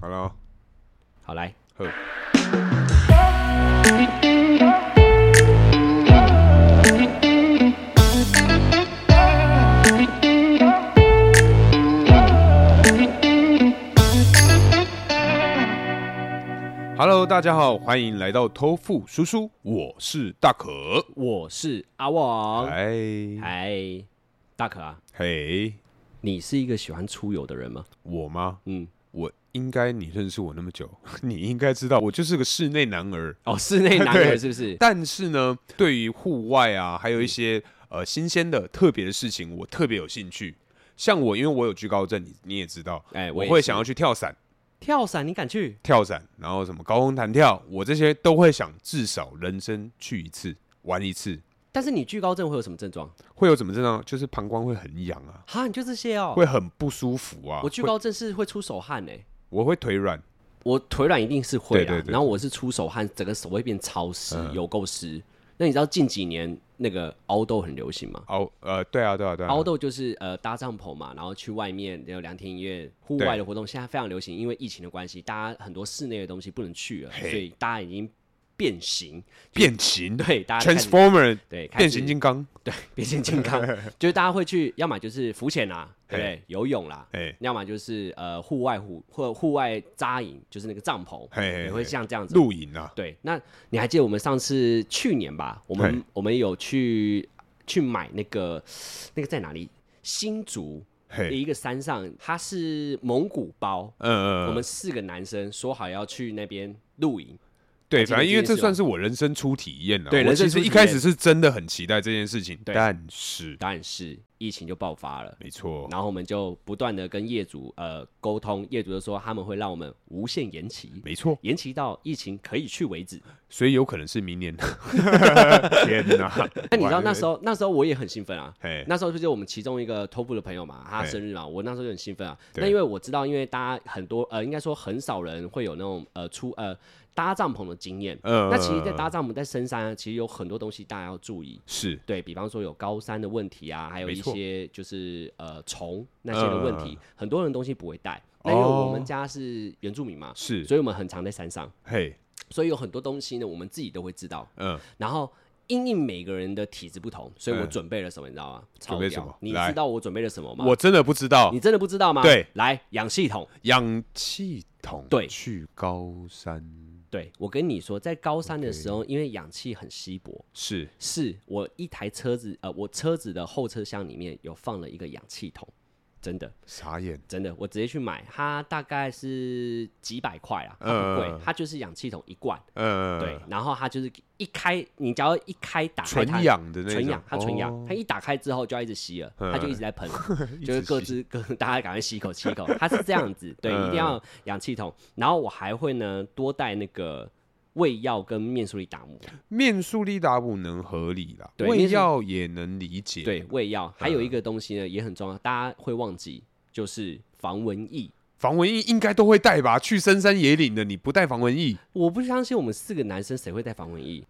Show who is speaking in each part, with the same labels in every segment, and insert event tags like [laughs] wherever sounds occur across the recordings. Speaker 1: 好了哦，
Speaker 2: 好来，
Speaker 1: 呵，Hello，大家好，欢迎来到偷富叔叔，我是大可。
Speaker 2: 我是阿旺，
Speaker 1: 嗨，
Speaker 2: 嗨，大可啊，
Speaker 1: 嘿，
Speaker 2: 你是一个喜欢出游的人吗？
Speaker 1: 我吗？
Speaker 2: 嗯，
Speaker 1: 我应该你认识我那么久， [laughs] 你应该知道我就是个室内男儿。
Speaker 2: 哦，室内男 [laughs]
Speaker 1: 对
Speaker 2: 人是不是？
Speaker 1: 但是呢，对于户外啊，还有一些呃新鲜的、特别的事情，我特别有兴趣。像我，因为我有惧高症，你你也知道，
Speaker 2: 哎，
Speaker 1: 我
Speaker 2: 也
Speaker 1: 会
Speaker 2: 是
Speaker 1: 想要去跳伞、
Speaker 2: 跳伞，你敢去？
Speaker 1: 跳伞，然后什么高空弹跳，我这些都会想至少人生去一次、玩一次。
Speaker 2: 但是你惧高症会有什么症状？
Speaker 1: 会有怎么症状？就是膀胱会很痒啊，
Speaker 2: 哈，你就这些哦。
Speaker 1: 会很不舒服啊。
Speaker 2: 我惧
Speaker 1: 会，
Speaker 2: 高症是会出手汗诶、
Speaker 1: 我会腿软。
Speaker 2: 我腿软一定是会啊，
Speaker 1: 对对对
Speaker 2: 然后我是出手汗，整个手会变潮湿，有够湿。那你知道近几年那个凹痘很流行吗？
Speaker 1: 哦，呃，对啊，对啊，对啊
Speaker 2: 凹。痘就是呃搭帐篷嘛，然后去外面有两天一夜户外的活动，现在非常流行，因为疫情的关系，大家很多室内的东西不能去了，
Speaker 1: 嘿
Speaker 2: 所以大家已经变形， [laughs]
Speaker 1: [laughs] 变形
Speaker 2: 对，大家开始
Speaker 1: ，Transformer，
Speaker 2: 对开始
Speaker 1: 变形金刚。
Speaker 2: 对变形金刚， [laughs] 就是大家会去，要么就是浮潜啦，对不对？游泳啦，
Speaker 1: 哎，
Speaker 2: 要么就是呃户外户或户外扎营，就是那个帐篷，
Speaker 1: 嘿嘿
Speaker 2: 也会
Speaker 1: 嘿
Speaker 2: 像这样子
Speaker 1: 露营啊，
Speaker 2: 对，那你还记得我们上次去年吧？我
Speaker 1: 嘿
Speaker 2: 们我们有去去买那个那个在哪里？新竹
Speaker 1: 嘿，
Speaker 2: 一个山上，它是蒙古包。
Speaker 1: 嗯嗯，嗯
Speaker 2: 我们四个男生说好要去那边露营，
Speaker 1: 对，
Speaker 2: 还记得
Speaker 1: 反正因为
Speaker 2: 这件
Speaker 1: 这
Speaker 2: 事
Speaker 1: 算
Speaker 2: 吗
Speaker 1: 是我人生初体验了、
Speaker 2: 对
Speaker 1: 我
Speaker 2: 人
Speaker 1: 其
Speaker 2: 生
Speaker 1: 实
Speaker 2: 初
Speaker 1: 一
Speaker 2: 体
Speaker 1: 开
Speaker 2: 验
Speaker 1: 始是真的很期待这件事情，
Speaker 2: 对
Speaker 1: 但是
Speaker 2: 但是疫情就爆发了。
Speaker 1: 没错，
Speaker 2: 然后我们就不断的跟业主呃沟通，业主就说他们会让我们无限延期，
Speaker 1: 没错，
Speaker 2: 延期到疫情可以去为止。
Speaker 1: 所以有可能是明
Speaker 2: [laughs]
Speaker 1: 年。 [laughs] 天哪！
Speaker 2: 那你知道那时候那时候我也很兴奋啊，
Speaker 1: 嘿，
Speaker 2: 那时候就是我们其中一个偷步的朋友嘛，他
Speaker 1: 嘿
Speaker 2: 生日嘛，我那时候就很兴奋啊。
Speaker 1: 对
Speaker 2: 那因为我知道，因为大家很多呃，应该说很少人会有那种呃出呃搭帐篷的经验。
Speaker 1: 呃，
Speaker 2: 那其实，在搭帐篷在深山啊，其实有很多东西大家要注意。
Speaker 1: 是
Speaker 2: 对比方说有高山的问题啊，还有
Speaker 1: 没
Speaker 2: 一
Speaker 1: 错嗯
Speaker 2: 些就是呃虫那些的问题，很多人东西不会带。那
Speaker 1: 哦
Speaker 2: 因为我们家是原住民嘛，
Speaker 1: 是，
Speaker 2: 所以我们很常在山上，
Speaker 1: 嘿，
Speaker 2: 所以有很多东西呢，我们自己都会知道。
Speaker 1: 嗯，
Speaker 2: 然后因应每个人的体质不同，所以我
Speaker 1: 嗯
Speaker 2: 准备了什么，你知道吗？
Speaker 1: 准
Speaker 2: 超
Speaker 1: 备
Speaker 2: 屌！
Speaker 1: 什么
Speaker 2: 你
Speaker 1: 来
Speaker 2: 知道我准备了什么吗？
Speaker 1: 我真的不知道
Speaker 2: 你真的不知道吗？
Speaker 1: 对，
Speaker 2: 来氧系统。
Speaker 1: 氧气筒
Speaker 2: 对
Speaker 1: 去高山
Speaker 2: 对我跟你说，在高山的时候因为氧气很稀薄，
Speaker 1: 是
Speaker 2: 是我一台车子，呃，我车子的后车厢里面有放了一个氧气筒，真的
Speaker 1: 傻眼，
Speaker 2: 真的，我直接去买，它大概是几百块啊，它
Speaker 1: 嗯
Speaker 2: 不贵，
Speaker 1: 嗯嗯
Speaker 2: 它就是氧气筒一罐，
Speaker 1: 呃，
Speaker 2: 对，，然后它就是一开，你只要一开打开
Speaker 1: 纯
Speaker 2: 它，
Speaker 1: 氧的那
Speaker 2: 纯
Speaker 1: 种
Speaker 2: 氧，它纯氧，
Speaker 1: 哦嗯
Speaker 2: 它一打开之后就要一直吸了，它就一直在喷，
Speaker 1: [laughs] 一
Speaker 2: 就是
Speaker 1: 直
Speaker 2: 各
Speaker 1: 吸嗯
Speaker 2: 自各大家赶快吸一口吸一口，它是这样
Speaker 1: [laughs]
Speaker 2: 子，对，一定要氧气筒。然后我还会呢多带那个胃药跟面舒力达姆，
Speaker 1: 面速力达姆能合理啦，
Speaker 2: 对
Speaker 1: 胃
Speaker 2: 面速
Speaker 1: 药也能理解，
Speaker 2: 对，胃药。还
Speaker 1: 嗯
Speaker 2: 有一个东西呢也很重要，大家会忘记，就是防蚊液。
Speaker 1: 防蚊液应该都会带吧？去深山野岭的，你不带防蚊液，
Speaker 2: 我不相信我们四个男生谁会带防蚊液。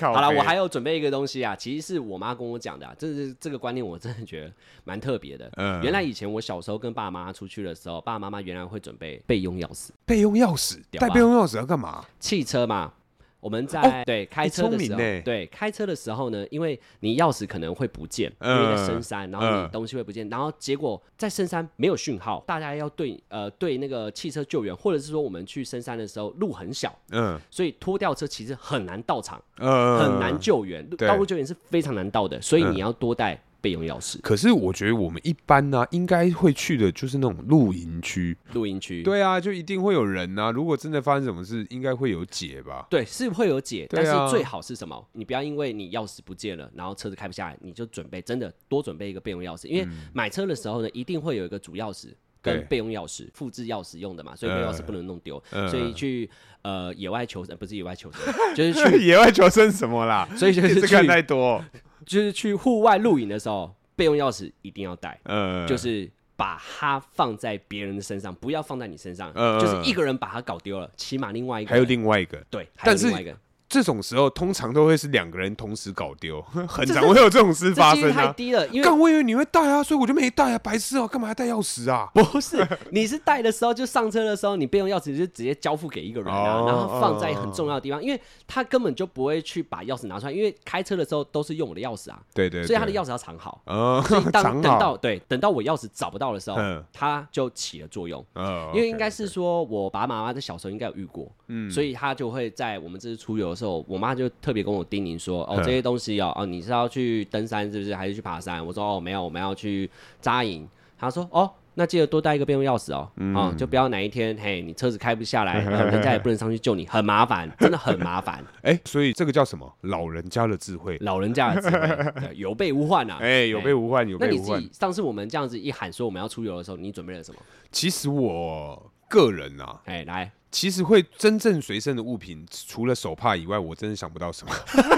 Speaker 1: 好
Speaker 2: 好了，我还有准备一个东西啊，其实是我妈跟我讲的、啊，这是这个观念，我真的觉得蛮特别的。
Speaker 1: 嗯
Speaker 2: 原来以前我小时候跟爸妈出去的时候，爸爸妈妈原来会准备备用钥匙，
Speaker 1: 备用钥匙，
Speaker 2: 屌啊
Speaker 1: 带
Speaker 2: 吧
Speaker 1: 备用钥匙要干嘛？
Speaker 2: 汽车嘛。我们在、
Speaker 1: 哦
Speaker 2: 对开车
Speaker 1: 聪
Speaker 2: 的时
Speaker 1: 明呢
Speaker 2: 候，对开车的时候呢，因为你钥匙可能会不见，
Speaker 1: 嗯
Speaker 2: 因为在深山，然后你
Speaker 1: 嗯
Speaker 2: 东西会不见，然后结果在深山没有讯号，大家要对呃对那个汽车救援，或者是说我们去深山的时候路很小，
Speaker 1: 嗯
Speaker 2: 所以拖吊车其实很难到场。
Speaker 1: 呃
Speaker 2: 很难。救援，
Speaker 1: 对
Speaker 2: 道路救援是非常难到的，所以
Speaker 1: 嗯
Speaker 2: 你要多带备用钥匙。
Speaker 1: 可是我觉得我们一般呢、应该会去的就是那种露营区。
Speaker 2: 露营区
Speaker 1: 对啊，就一定会有人啊。如果真的发生什么事，应该会有解吧？
Speaker 2: 对是会有解，
Speaker 1: 对啊
Speaker 2: 但是最好是什么？你不要因为你钥匙不见了，然后车子开不下来，你就准备真的多准备一个备用钥匙，因为买车的时候呢，一定会有一个主钥匙。
Speaker 1: 嗯对
Speaker 2: 跟备用钥匙、复制钥匙用的嘛，所以备用钥匙不能弄丢，
Speaker 1: 嗯
Speaker 2: 所以去呃野外求生不是野外求生，就是
Speaker 1: [laughs] [laughs]
Speaker 2: 去
Speaker 1: 野外求生什么啦？
Speaker 2: 所以就是
Speaker 1: 这
Speaker 2: 去
Speaker 1: 看太多。
Speaker 2: 就是去户外露营的时候，备用钥匙一定要带。
Speaker 1: 呃，
Speaker 2: 就是把它放在别人的身上，不要放在你身上。
Speaker 1: 嗯
Speaker 2: 就是一个人把它搞丢了，起码另外一个
Speaker 1: 还有
Speaker 2: 人
Speaker 1: 另外一个，
Speaker 2: 对，还有
Speaker 1: 但是
Speaker 2: 另外一个
Speaker 1: 这种时候通常都会是两个人同时搞丢，很常会有这种事发
Speaker 2: 这几率
Speaker 1: 生
Speaker 2: 太
Speaker 1: 啊。
Speaker 2: 低了，因为
Speaker 1: 干，我以为你会带啊，所以我就没带啊，白痴哦、干嘛还带钥匙啊？
Speaker 2: [laughs] 不是你是带的时候就上车的时候，你备用钥匙就直接交付给一个人啊，
Speaker 1: 哦
Speaker 2: 然后放在很重要的地方，因为他根本就不会去把钥匙拿出来，因为开车的时候都是用我的钥匙啊，
Speaker 1: 对对对，
Speaker 2: 所以他的钥匙要藏好。
Speaker 1: 呃，
Speaker 2: 所以
Speaker 1: [laughs]
Speaker 2: 当
Speaker 1: 藏
Speaker 2: 等
Speaker 1: 好
Speaker 2: 到对等到我钥匙找不到的时候
Speaker 1: 嗯，
Speaker 2: 它就起了作用。
Speaker 1: 呃，
Speaker 2: 因为应该是说，我爸爸妈妈在小时候应该有遇过，
Speaker 1: 嗯
Speaker 2: 所以他就会在我们这次出游的时候，我妈就特别跟我叮咛说，哦，
Speaker 1: 嗯
Speaker 2: 这些东西哦，哦，你是要去登山是不是，还是去爬山？我说哦，没有，我们要去扎营。她说哦，那记得多带一个备用钥匙哦，
Speaker 1: 嗯
Speaker 2: 啊，就不要哪一天嘿，你车子开不
Speaker 1: [laughs]
Speaker 2: 下来，然后人家也不能上去救你，很麻烦，真的很麻烦，
Speaker 1: 哎、所以这个叫什么？老人家的智慧。
Speaker 2: 老人家的智慧，对有备无患啊。
Speaker 1: [laughs] 哎、有备
Speaker 2: 嘿。
Speaker 1: 无患，有
Speaker 2: 那
Speaker 1: 备
Speaker 2: 你
Speaker 1: 无
Speaker 2: 自
Speaker 1: 患
Speaker 2: 己。上次我们这样子一喊说我们要出游的时候，你准备了什么？
Speaker 1: 其实我个人啊，
Speaker 2: 哎，来，
Speaker 1: 其实会真正随身的物品，除了手帕以外，我真的想不到什么。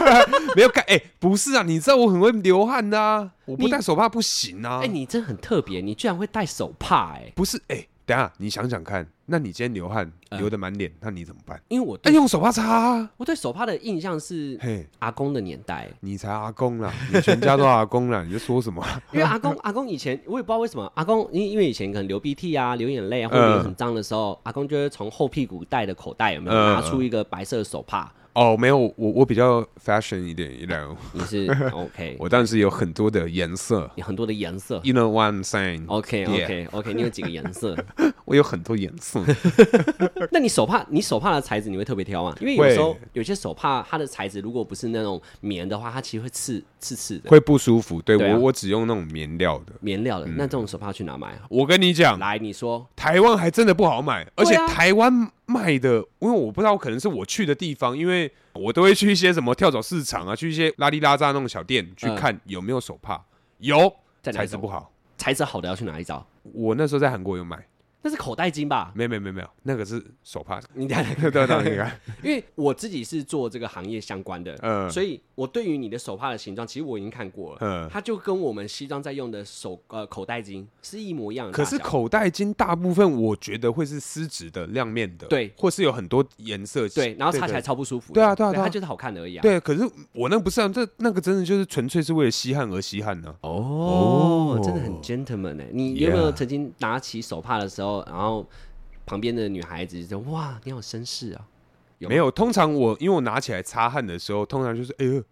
Speaker 1: [laughs] 没有看，哎、不是啊，你知道我很会流汗的、啊，我不
Speaker 2: 你
Speaker 1: 戴手帕不行啊。
Speaker 2: 哎，你真的很特别，你居然会戴手帕，哎，
Speaker 1: 不是，哎、等一下你想想看，那你今天流汗
Speaker 2: 嗯
Speaker 1: 流的满脸，那你怎么办？
Speaker 2: 因为我
Speaker 1: 哎、
Speaker 2: 对、
Speaker 1: 用手帕擦、啊。
Speaker 2: 我对手帕的印象是
Speaker 1: 嘿，
Speaker 2: 阿公的年
Speaker 1: [laughs]
Speaker 2: 代，
Speaker 1: 你才阿公啦，你全家都阿公啦，你在说什么？ [laughs]
Speaker 2: 因为阿公阿公以前我也不知道为什么阿公，因因为以前可能流鼻涕啊、流眼泪啊，或
Speaker 1: 呃
Speaker 2: 者脸很脏的时候，阿公就会从后屁股带的口袋有没有
Speaker 1: 嗯
Speaker 2: 拿出一个白色的手帕？
Speaker 1: 哦，没有，我我比较 fashion 一点，一点，
Speaker 2: 你
Speaker 1: [laughs]
Speaker 2: 是 OK，
Speaker 1: 我当然是有很多的颜色
Speaker 2: 有很多的
Speaker 1: [laughs]
Speaker 2: 颜色。
Speaker 1: ，you know what I'm saying？
Speaker 2: OK OK OK，你有几个颜
Speaker 1: [laughs]
Speaker 2: 色？
Speaker 1: 我有很多颜
Speaker 2: [laughs]
Speaker 1: 色，
Speaker 2: 那你手帕，你手帕的材质你会特别挑吗？因为有
Speaker 1: 会
Speaker 2: 时候有些手帕它的材质如果不是那种棉的话，它其实会刺刺刺的，
Speaker 1: 会不舒服。对
Speaker 2: 对啊
Speaker 1: 我，我只用那种棉料的。
Speaker 2: 棉料的。那
Speaker 1: 嗯
Speaker 2: 这种手帕去哪买啊？
Speaker 1: 我跟你讲，
Speaker 2: 来，你说
Speaker 1: 台湾还真的不好买，而且
Speaker 2: 对啊
Speaker 1: 台湾卖的，因为我不知道，可能是我去的地方，因为我都会去一些什么跳蚤市场啊，去一些拉里拉扎那种小店去
Speaker 2: 嗯
Speaker 1: 看有没有手帕，有
Speaker 2: 在哪
Speaker 1: 材质
Speaker 2: 种
Speaker 1: 不好。
Speaker 2: 材质好的要去哪里找？
Speaker 1: 我那时候在韩国有买，
Speaker 2: 那是口袋巾吧？
Speaker 1: 没有没有没有没有，那个是手帕，
Speaker 2: 你看，
Speaker 1: [laughs] 对对对，你看，
Speaker 2: 因为我自己是做这个行业相关的，
Speaker 1: 嗯
Speaker 2: 所以我对于你的手帕的形状，其实我已经看过了，
Speaker 1: 嗯。
Speaker 2: 它就跟我们西装在用的手呃口袋巾是一模一样的大
Speaker 1: 可
Speaker 2: 小。
Speaker 1: 是口袋巾大部分我觉得会是丝质的、亮面的，
Speaker 2: 对
Speaker 1: 或是有很多颜色，
Speaker 2: 对，然后擦起来
Speaker 1: 对
Speaker 2: 超不舒服的。
Speaker 1: 对啊对啊对啊
Speaker 2: 它就是好看而已啊。，
Speaker 1: 对。可是我那个不是啊，这那个真的就是纯粹是为了吸汗而吸汗呢、啊
Speaker 2: 哦
Speaker 1: 哦
Speaker 2: 真的很 gentleman 哎、你有没有
Speaker 1: Yeah
Speaker 2: 曾经拿起手帕的时候，然后旁边的女孩子就说哇，你好绅士
Speaker 1: [laughs]
Speaker 2: 啊？有吗
Speaker 1: 没有，通常我因为我拿起来擦汗的时候，通常就是哎呦，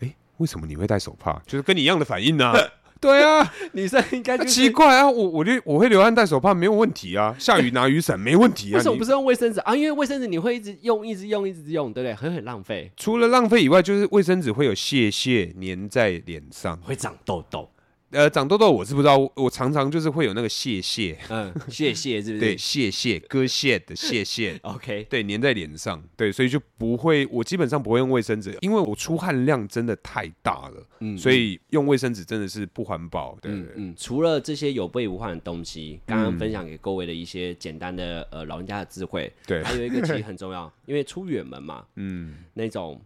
Speaker 1: 哎，为什么你会戴手帕？就是跟你一样的反应呢、啊。 [laughs] 对啊，
Speaker 2: 女生应该就是
Speaker 1: 奇怪啊，我我就我会流汗戴手帕没有问题啊，下雨拿雨伞没问题啊。
Speaker 2: 为什么
Speaker 1: 你
Speaker 2: 不是用卫生纸啊？因为卫生纸你会一直用，一直用，一直用，对不对？很很浪费，
Speaker 1: 除了浪费以外，就是卫生纸会有屑屑粘在脸上。
Speaker 2: 会长痘痘。
Speaker 1: 呃，长痘痘我是不知道，我我常常就是会有那个屑屑，
Speaker 2: 嗯，谢谢，是不是？。
Speaker 1: 对，屑屑割屑的屑屑
Speaker 2: ，OK， [laughs]
Speaker 1: 对，粘在脸上，对，所以就不会，我基本上不会用卫生纸，因为我出汗量真的太大了，
Speaker 2: 嗯
Speaker 1: 所以用卫生纸真的是不环保，对对
Speaker 2: 嗯
Speaker 1: 对
Speaker 2: 嗯，除了这些有备无患的东西，刚刚分享给各位的一些简单的呃老人家的智慧，
Speaker 1: 对
Speaker 2: 还有一个其实很重要， [laughs] 因为出远门嘛，
Speaker 1: 嗯，
Speaker 2: 那种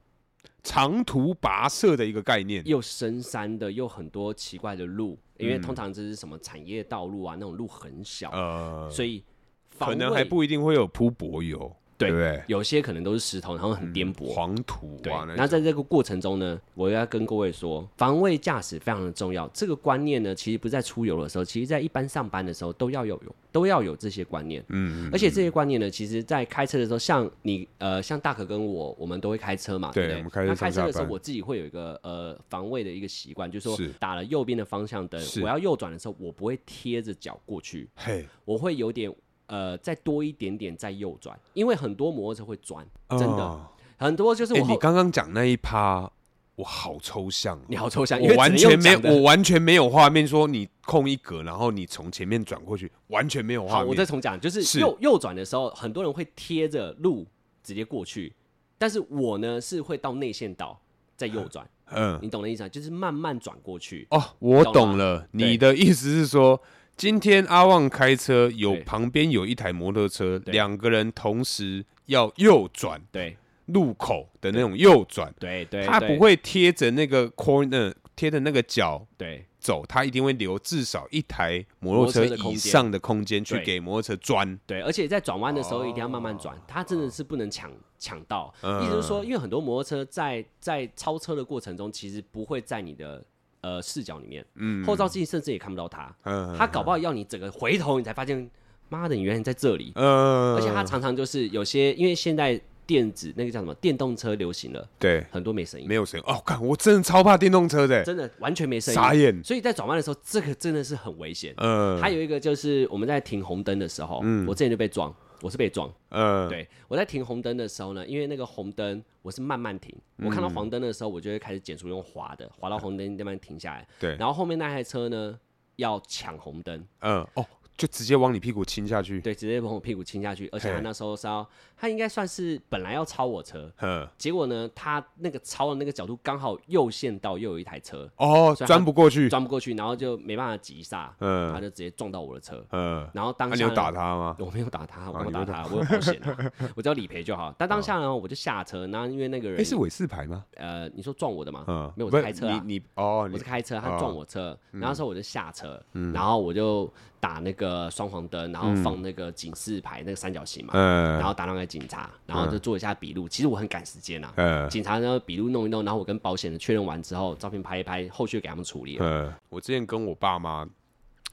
Speaker 1: 长途跋涉的一个概念，
Speaker 2: 又深山的，又很多奇怪的路，因为通常这是什么产业道路啊，那种路很小，
Speaker 1: 嗯呃，
Speaker 2: 所以防
Speaker 1: 可能
Speaker 2: 卫
Speaker 1: 还不一定会有铺柏油，
Speaker 2: 对
Speaker 1: 不对？嗯
Speaker 2: 有些可能都是石头，然后很颠簸，
Speaker 1: 黄土
Speaker 2: 对
Speaker 1: 啊，，
Speaker 2: 那
Speaker 1: 那
Speaker 2: 在这个过程中呢，我要跟各位说，防卫驾驶非常的重要。这个观念呢，其实不在出游的时候，其实在一般上班的时候都要有有都要有这些观念。
Speaker 1: 嗯，
Speaker 2: 而且这些观念呢，其实在开车的时候，像你呃，像大可跟我，我们都会开车嘛，
Speaker 1: 对
Speaker 2: 对不
Speaker 1: 我们开车
Speaker 2: 那开车
Speaker 1: 上下
Speaker 2: 的时候，
Speaker 1: 班
Speaker 2: 我自己会有一个呃防卫的一个习惯，就是说
Speaker 1: 是
Speaker 2: 打了右边的方向灯，
Speaker 1: 是
Speaker 2: 我要右转的时候，我不会贴着脚过去，
Speaker 1: 嘿，
Speaker 2: 我会有点呃再多一点点再右转，因为很多摩托车会钻，真的
Speaker 1: 哦
Speaker 2: 很多就是
Speaker 1: 哎，
Speaker 2: 我后
Speaker 1: 你刚刚讲那一趴，我好抽象哦，
Speaker 2: 你好抽象，因
Speaker 1: 我
Speaker 2: 为
Speaker 1: 完
Speaker 2: 只能
Speaker 1: 全
Speaker 2: 用
Speaker 1: 没有，
Speaker 2: 讲的
Speaker 1: 我完全没有画面，说你空一格，然后你从前面转过去，完全没有画
Speaker 2: 好，
Speaker 1: 面。
Speaker 2: 我再重讲，就是
Speaker 1: 是
Speaker 2: 右右转的时候，很多人会贴着路直接过去，但是我呢是会到内线道再右转，
Speaker 1: 嗯，
Speaker 2: 你懂的意思啊？就是慢慢转过去。
Speaker 1: 哦，我
Speaker 2: 懂
Speaker 1: 懂了，
Speaker 2: 对
Speaker 1: 你的意思是说，今天阿旺开车，有
Speaker 2: 对
Speaker 1: 旁边有一台摩托车，
Speaker 2: 对
Speaker 1: 两个人同时要右转
Speaker 2: 对
Speaker 1: 路口的那种右转，
Speaker 2: 对对，
Speaker 1: 他
Speaker 2: 对
Speaker 1: 不会贴着那个 corner。贴的那个角
Speaker 2: 对
Speaker 1: 走，它一定会留至少一台摩托
Speaker 2: 摩托车的空
Speaker 1: 以
Speaker 2: 间
Speaker 1: 上的空间去
Speaker 2: 对
Speaker 1: 给摩托车钻。
Speaker 2: 对，而且在转弯的时候一定要慢慢转，
Speaker 1: 哦
Speaker 2: 它真的是不能抢抢到。
Speaker 1: 嗯
Speaker 2: 意思是说，因为很多摩托车在在超车的过程中，其实不会在你的呃视角里面，嗯，后照镜甚至也看不到它，
Speaker 1: 嗯
Speaker 2: 它搞不好要你整个回头，你才发现，妈的，你原来在这里。
Speaker 1: 嗯，
Speaker 2: 而且它常常就是有些，因为现在电子那个叫什么电动车流行了，
Speaker 1: 对
Speaker 2: 很多没声音，
Speaker 1: 没有声音哦，干，我真的超怕电动车的，欸
Speaker 2: 真的完全没声音，
Speaker 1: 傻眼。
Speaker 2: 所以在转弯的时候，这个真的是很危险。
Speaker 1: 嗯
Speaker 2: 还有一个就是我们在停红灯的时候，我之前就被撞，我是被撞。
Speaker 1: 嗯，
Speaker 2: 对，我在停红灯的时候呢，因为那个红灯我是慢慢停，我看到
Speaker 1: 嗯
Speaker 2: 黄灯的时候，我就会开始减速用滑的，滑到红灯慢慢停下来。
Speaker 1: 对
Speaker 2: 然后后面那台车呢要抢红灯，
Speaker 1: 嗯哦，就直接往你屁股亲下去。
Speaker 2: 对，直接把我屁股亲下去，而且他
Speaker 1: 嘿
Speaker 2: 那时候是要，他应该算是本来要超我车，
Speaker 1: 嗯，
Speaker 2: 结果呢，他那个超的那个角度刚好右线道又有一台车
Speaker 1: 哦，
Speaker 2: 所以它
Speaker 1: 钻不过去。
Speaker 2: 钻不过去，然后就没办法急刹，他
Speaker 1: 嗯
Speaker 2: 就直接撞到我的车，
Speaker 1: 嗯，
Speaker 2: 然后
Speaker 1: 那
Speaker 2: 当下
Speaker 1: 你有
Speaker 2: 呢
Speaker 1: 打他吗？
Speaker 2: 我没有打他，我
Speaker 1: 啊
Speaker 2: 干
Speaker 1: 你
Speaker 2: 嘛
Speaker 1: 没
Speaker 2: 打
Speaker 1: 有
Speaker 2: 他？我有保险
Speaker 1: [laughs]
Speaker 2: 啊，我只要理赔就好。但当下呢，我就下车，然后因为那个人
Speaker 1: 哎，是尾四排吗？
Speaker 2: 呃，你说撞我的吗？
Speaker 1: 嗯，
Speaker 2: 没有，我
Speaker 1: 不
Speaker 2: 是
Speaker 1: 是
Speaker 2: 开车啊，
Speaker 1: 你你哦，
Speaker 2: 我
Speaker 1: 你嗯
Speaker 2: 是开车，他撞我车，然后那时候我就下车，然后我就打那个双黄灯，然后放那个警示牌，那个三角形嘛，然
Speaker 1: 嗯
Speaker 2: 后打那个警察，然后就做一下笔录。其实我很赶时间啊， [laughs]
Speaker 1: 嗯
Speaker 2: 警察呢笔录弄一弄，然后我跟保险的确认完之后，照片拍一拍，后续给他们处 [laughs] 理了。
Speaker 1: 嗯，我之前跟我爸妈，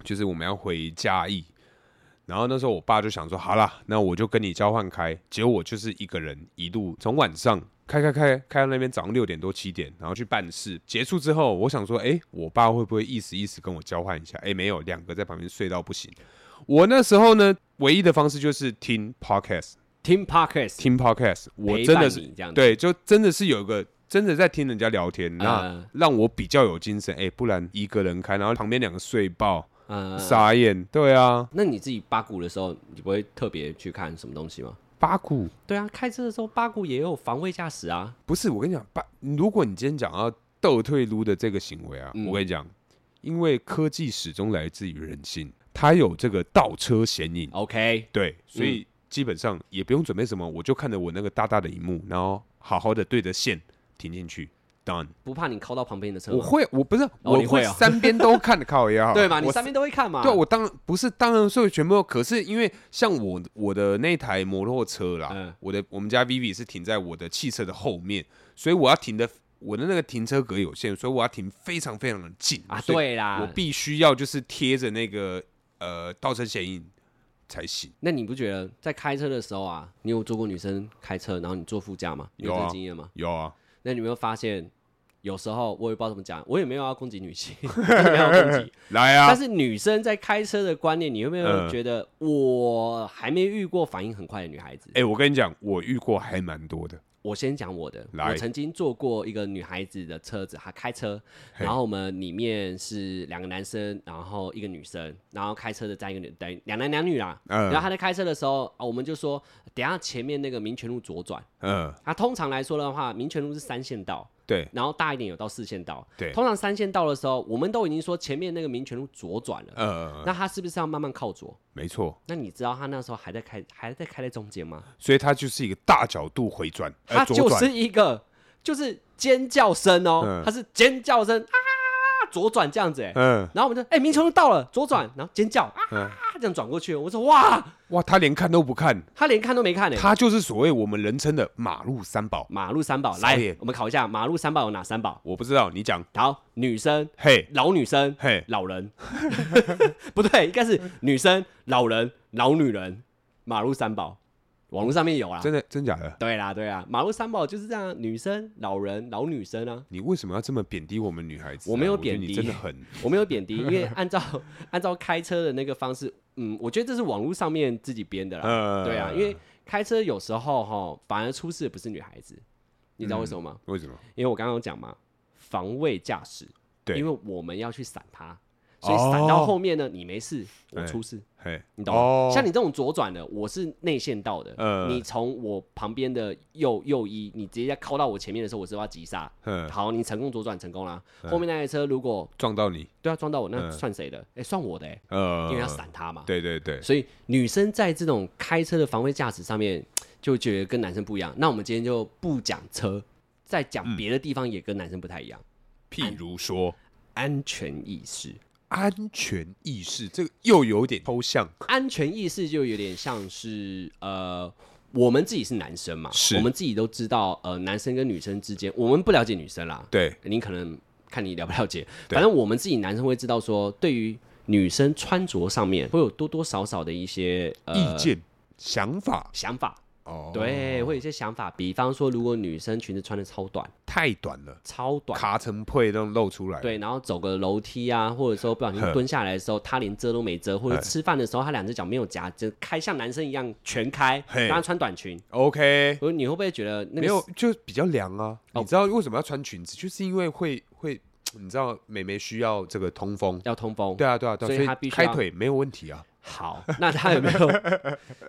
Speaker 1: 就是我们要回嘉义，然后那时候我爸就想说，好啦，那我就跟你交换开。结果我就是一个人一路从晚上开开开开到那边早上六点多七点，然后去办事。结束之后，我想说，诶，我爸会不会意思意思跟我交换一下？诶，没有，两个在旁边睡到不行。我那时候呢，唯一的方式就是听 podcast，
Speaker 2: Tim Parkes，
Speaker 1: 听 podcast。我
Speaker 2: 陪
Speaker 1: 真的
Speaker 2: 伴
Speaker 1: 是
Speaker 2: 你这样子，
Speaker 1: 对，就真的是有一个真的在听人家聊天，那
Speaker 2: 嗯
Speaker 1: 让我比较有精神。哎、不然一个人开，然后旁边两个睡爆，
Speaker 2: 呃，
Speaker 1: 傻眼。对啊，
Speaker 2: 那你自己八股的时候，你不会特别去看什么东西吗？
Speaker 1: 八股
Speaker 2: 对啊，开车的时候八股也有防卫驾驶啊。
Speaker 1: 不是我跟你讲，八，如果你今天讲要斗退撸的这个行为啊，
Speaker 2: 嗯
Speaker 1: 我跟你讲，因为科技始终来自于人性，它有这个倒车显影，
Speaker 2: OK，
Speaker 1: 对，所
Speaker 2: 嗯
Speaker 1: 以基本上也不用准备什么，我就看着我那个大大的荧幕，然后好好的对着线停进去，done。
Speaker 2: 不怕你靠到旁边的车
Speaker 1: 我
Speaker 2: 吗？
Speaker 1: 会，我不是，我
Speaker 2: 你会哦
Speaker 1: 三边都看，靠也好，
Speaker 2: [laughs] 对嘛？你
Speaker 1: 我
Speaker 2: 三边都会看嘛？
Speaker 1: 对，啊我当然不是，当然所以全部都。可是因为像我我的那台摩托车啦，
Speaker 2: 嗯
Speaker 1: 我的我们家 Vivi 是停在我的汽车的后面，所以我要停的我的那个停车格有限，所以我要停非常非常的近
Speaker 2: 啊，，
Speaker 1: 所以
Speaker 2: 对啦，
Speaker 1: 我必须要就是贴着那个呃倒车显影才行。
Speaker 2: 那你不觉得在开车的时候啊，你有坐过女生开车，然后你坐副驾吗？你有
Speaker 1: 有
Speaker 2: 这
Speaker 1: 啊
Speaker 2: 个经验吗？
Speaker 1: 有啊，
Speaker 2: 那你有没有发现，有时候我也不知道怎么讲，我也没有要攻击女性， [laughs] 真的没有要攻击。
Speaker 1: 来啊
Speaker 2: 但，是女生在开车的观念，你有没有
Speaker 1: 嗯
Speaker 2: 觉得我还没遇过反应很快的女孩子？
Speaker 1: 哎、我跟你讲，我遇过还蛮多的，
Speaker 2: 我先讲我的，
Speaker 1: 来
Speaker 2: 我曾经坐过一个女孩子的车子，她开车，
Speaker 1: 嘿
Speaker 2: 然后我们里面是两个男生，然后一个女生，然后开车的站一个女，等于两男两女啦。然后
Speaker 1: 嗯
Speaker 2: 她在开车的时候，啊我们就说，等一下前面那个民权路左转。
Speaker 1: 嗯，
Speaker 2: 啊，通常来说的话，民权路是三线道，
Speaker 1: 对
Speaker 2: 然后大一点有到四线道。
Speaker 1: 对
Speaker 2: 通常三线道的时候，我们都已经说前面那个民权路左转了，
Speaker 1: 呃，
Speaker 2: 那他是不是要慢慢靠左？
Speaker 1: 没错，
Speaker 2: 那你知道他那时候还在开，还在开在中间吗？
Speaker 1: 所以它就是一个大角度回转，呃
Speaker 2: 他
Speaker 1: 左
Speaker 2: 就
Speaker 1: 转
Speaker 2: 是一个就是尖叫声哦，
Speaker 1: 嗯
Speaker 2: 他是尖叫声啊，左转这样子哎、
Speaker 1: 嗯
Speaker 2: 然后我们就哎、民权路到了，左转，然后尖叫啊，
Speaker 1: 嗯，
Speaker 2: 这样转过去。我说哇，
Speaker 1: 哇，他连看都不看。
Speaker 2: 他连看都没看哎、
Speaker 1: 它就是所谓我们人称的马路三宝。
Speaker 2: 马路三宝，
Speaker 1: 傻
Speaker 2: 来
Speaker 1: 眼，
Speaker 2: 我们考一下马路三宝有哪三宝？
Speaker 1: 我不知道你讲，
Speaker 2: 好，女生、
Speaker 1: 嘿，
Speaker 2: 老女生、
Speaker 1: 嘿，
Speaker 2: 老人， [laughs] 不对，应该是女生、老人、老女人，马路三宝，网络上面有啦。
Speaker 1: 真的真假的？
Speaker 2: 对啦，对啦，马路三宝就是这样啊，女生、老人、老女生啊。
Speaker 1: 你为什么要这么贬低我们女孩子啊、
Speaker 2: 我没有
Speaker 1: 觉得
Speaker 2: 贬低
Speaker 1: 你真的很
Speaker 2: 我没有贬低，
Speaker 1: [laughs]
Speaker 2: 因为按照按照开车的那个方式，嗯，我觉得这是网络上面自己编的啦。
Speaker 1: 呃，
Speaker 2: 对 [laughs] 啊，因为开车有时候哈，反而出事的不是女孩子，你知道为什么吗？
Speaker 1: 为什么？
Speaker 2: 因为我刚刚有讲嘛，防卫驾驶，
Speaker 1: 对
Speaker 2: 因为我们要去闪它，所以闪到
Speaker 1: 哦
Speaker 2: 后面呢，你没事，我
Speaker 1: 哎
Speaker 2: 出事。
Speaker 1: 嘿，
Speaker 2: 你懂吗？
Speaker 1: 哦
Speaker 2: 像你这种左转的，我是内线道的，
Speaker 1: 呃
Speaker 2: 你从我旁边的右右一，你直接靠到我前面的时候，我是要急刹。
Speaker 1: 嗯，
Speaker 2: 好，你成功左转成功啦。后面那台车如果
Speaker 1: 撞到你，
Speaker 2: 对啊撞到我，那
Speaker 1: 嗯
Speaker 2: 算谁的？哎，算我的哎，
Speaker 1: 呃，
Speaker 2: 因为要闪他嘛。
Speaker 1: 对对对，
Speaker 2: 所以女生在这种开车的防卫驾驶上面，就觉得
Speaker 1: 嗯
Speaker 2: 跟男生不一样。那我们今天就不讲车，在讲别的地方也跟男生不太一样。
Speaker 1: 譬如说
Speaker 2: 安全意识。
Speaker 1: 安全意识，这个又有点抽象。
Speaker 2: 安全意识就有点像是呃，我们自己是男生嘛，
Speaker 1: 是
Speaker 2: 我们自己都知道，呃，男生跟女生之间，我们不了解女生啦，
Speaker 1: 对，
Speaker 2: 你可能看你了不了解，
Speaker 1: 对
Speaker 2: 反正我们自己男生会知道说，对于女生穿着上面会有多多少少的一些呃
Speaker 1: 意见、想法
Speaker 2: 想法，
Speaker 1: 哦，
Speaker 2: 对，会有一些想法，比方说，如果女生裙子穿的超短，
Speaker 1: 太短了，
Speaker 2: 超短。
Speaker 1: 卡成配都露出来。，
Speaker 2: 对，然后走个楼梯啊，或者说不小心
Speaker 1: 呵
Speaker 2: 蹲下来的时候，她连遮都没遮，或者
Speaker 1: 哎
Speaker 2: 吃饭的时候她两只脚没有夹，就开像男生一样全开，
Speaker 1: 嘿
Speaker 2: 然后穿短裙，
Speaker 1: OK，
Speaker 2: 我说你会不会觉得那个
Speaker 1: 没有
Speaker 2: 是
Speaker 1: 就比较凉啊。
Speaker 2: 哦
Speaker 1: 你知道为什么要穿裙子？就是因为会会，你知道美眉需要这个通风。
Speaker 2: 要通风？
Speaker 1: 对啊，对啊，对啊，
Speaker 2: 哦所以
Speaker 1: 所
Speaker 2: 她必须
Speaker 1: 开
Speaker 2: 要
Speaker 1: 腿没有问题啊。
Speaker 2: 好，那他有没有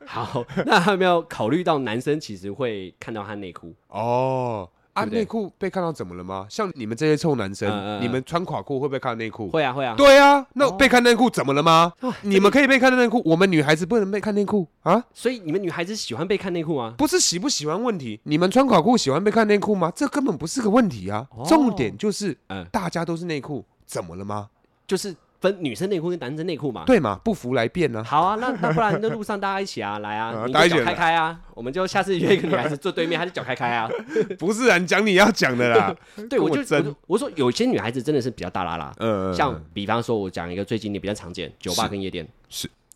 Speaker 2: 好？那他有没有考虑到男生其实会看到他内裤？
Speaker 1: 哦，啊，
Speaker 2: 对不对
Speaker 1: 内裤被看到怎么了吗？像你们这些臭男生，
Speaker 2: 嗯嗯嗯
Speaker 1: 你们穿垮裤会不会看到内裤？
Speaker 2: 会啊，会啊。啊
Speaker 1: 对啊，那被看内裤怎么了吗？你们可以被看内裤，我们女孩子不能被看内裤啊？
Speaker 2: 所以你们女孩子喜欢被看内裤吗？
Speaker 1: 不是喜不喜欢问题，你们穿垮裤喜欢被看内裤吗？这根本不是个问题啊！
Speaker 2: 哦
Speaker 1: 重点就是
Speaker 2: 嗯，
Speaker 1: 大家都是内裤，怎么了吗？
Speaker 2: 就是分女生内裤跟男生内裤嘛。
Speaker 1: 对嘛，不服来辩啊！
Speaker 2: 好啊，那那不然就路上大家一起啊， [laughs] 来啊，
Speaker 1: 啊
Speaker 2: 你
Speaker 1: 大家
Speaker 2: 就
Speaker 1: 一起
Speaker 2: 脚开开啊，我们就下次约一个女孩子坐对面，她就脚开开啊。 [laughs]
Speaker 1: 不是人讲你要讲的啦，[laughs]
Speaker 2: 对，
Speaker 1: 跟
Speaker 2: 我
Speaker 1: 我
Speaker 2: 就我
Speaker 1: 争
Speaker 2: 就我说有些女孩子真的是比较大拉拉，
Speaker 1: 嗯，
Speaker 2: 像比方说，我讲一个最近的比较常见，酒吧
Speaker 1: 是
Speaker 2: 跟夜店，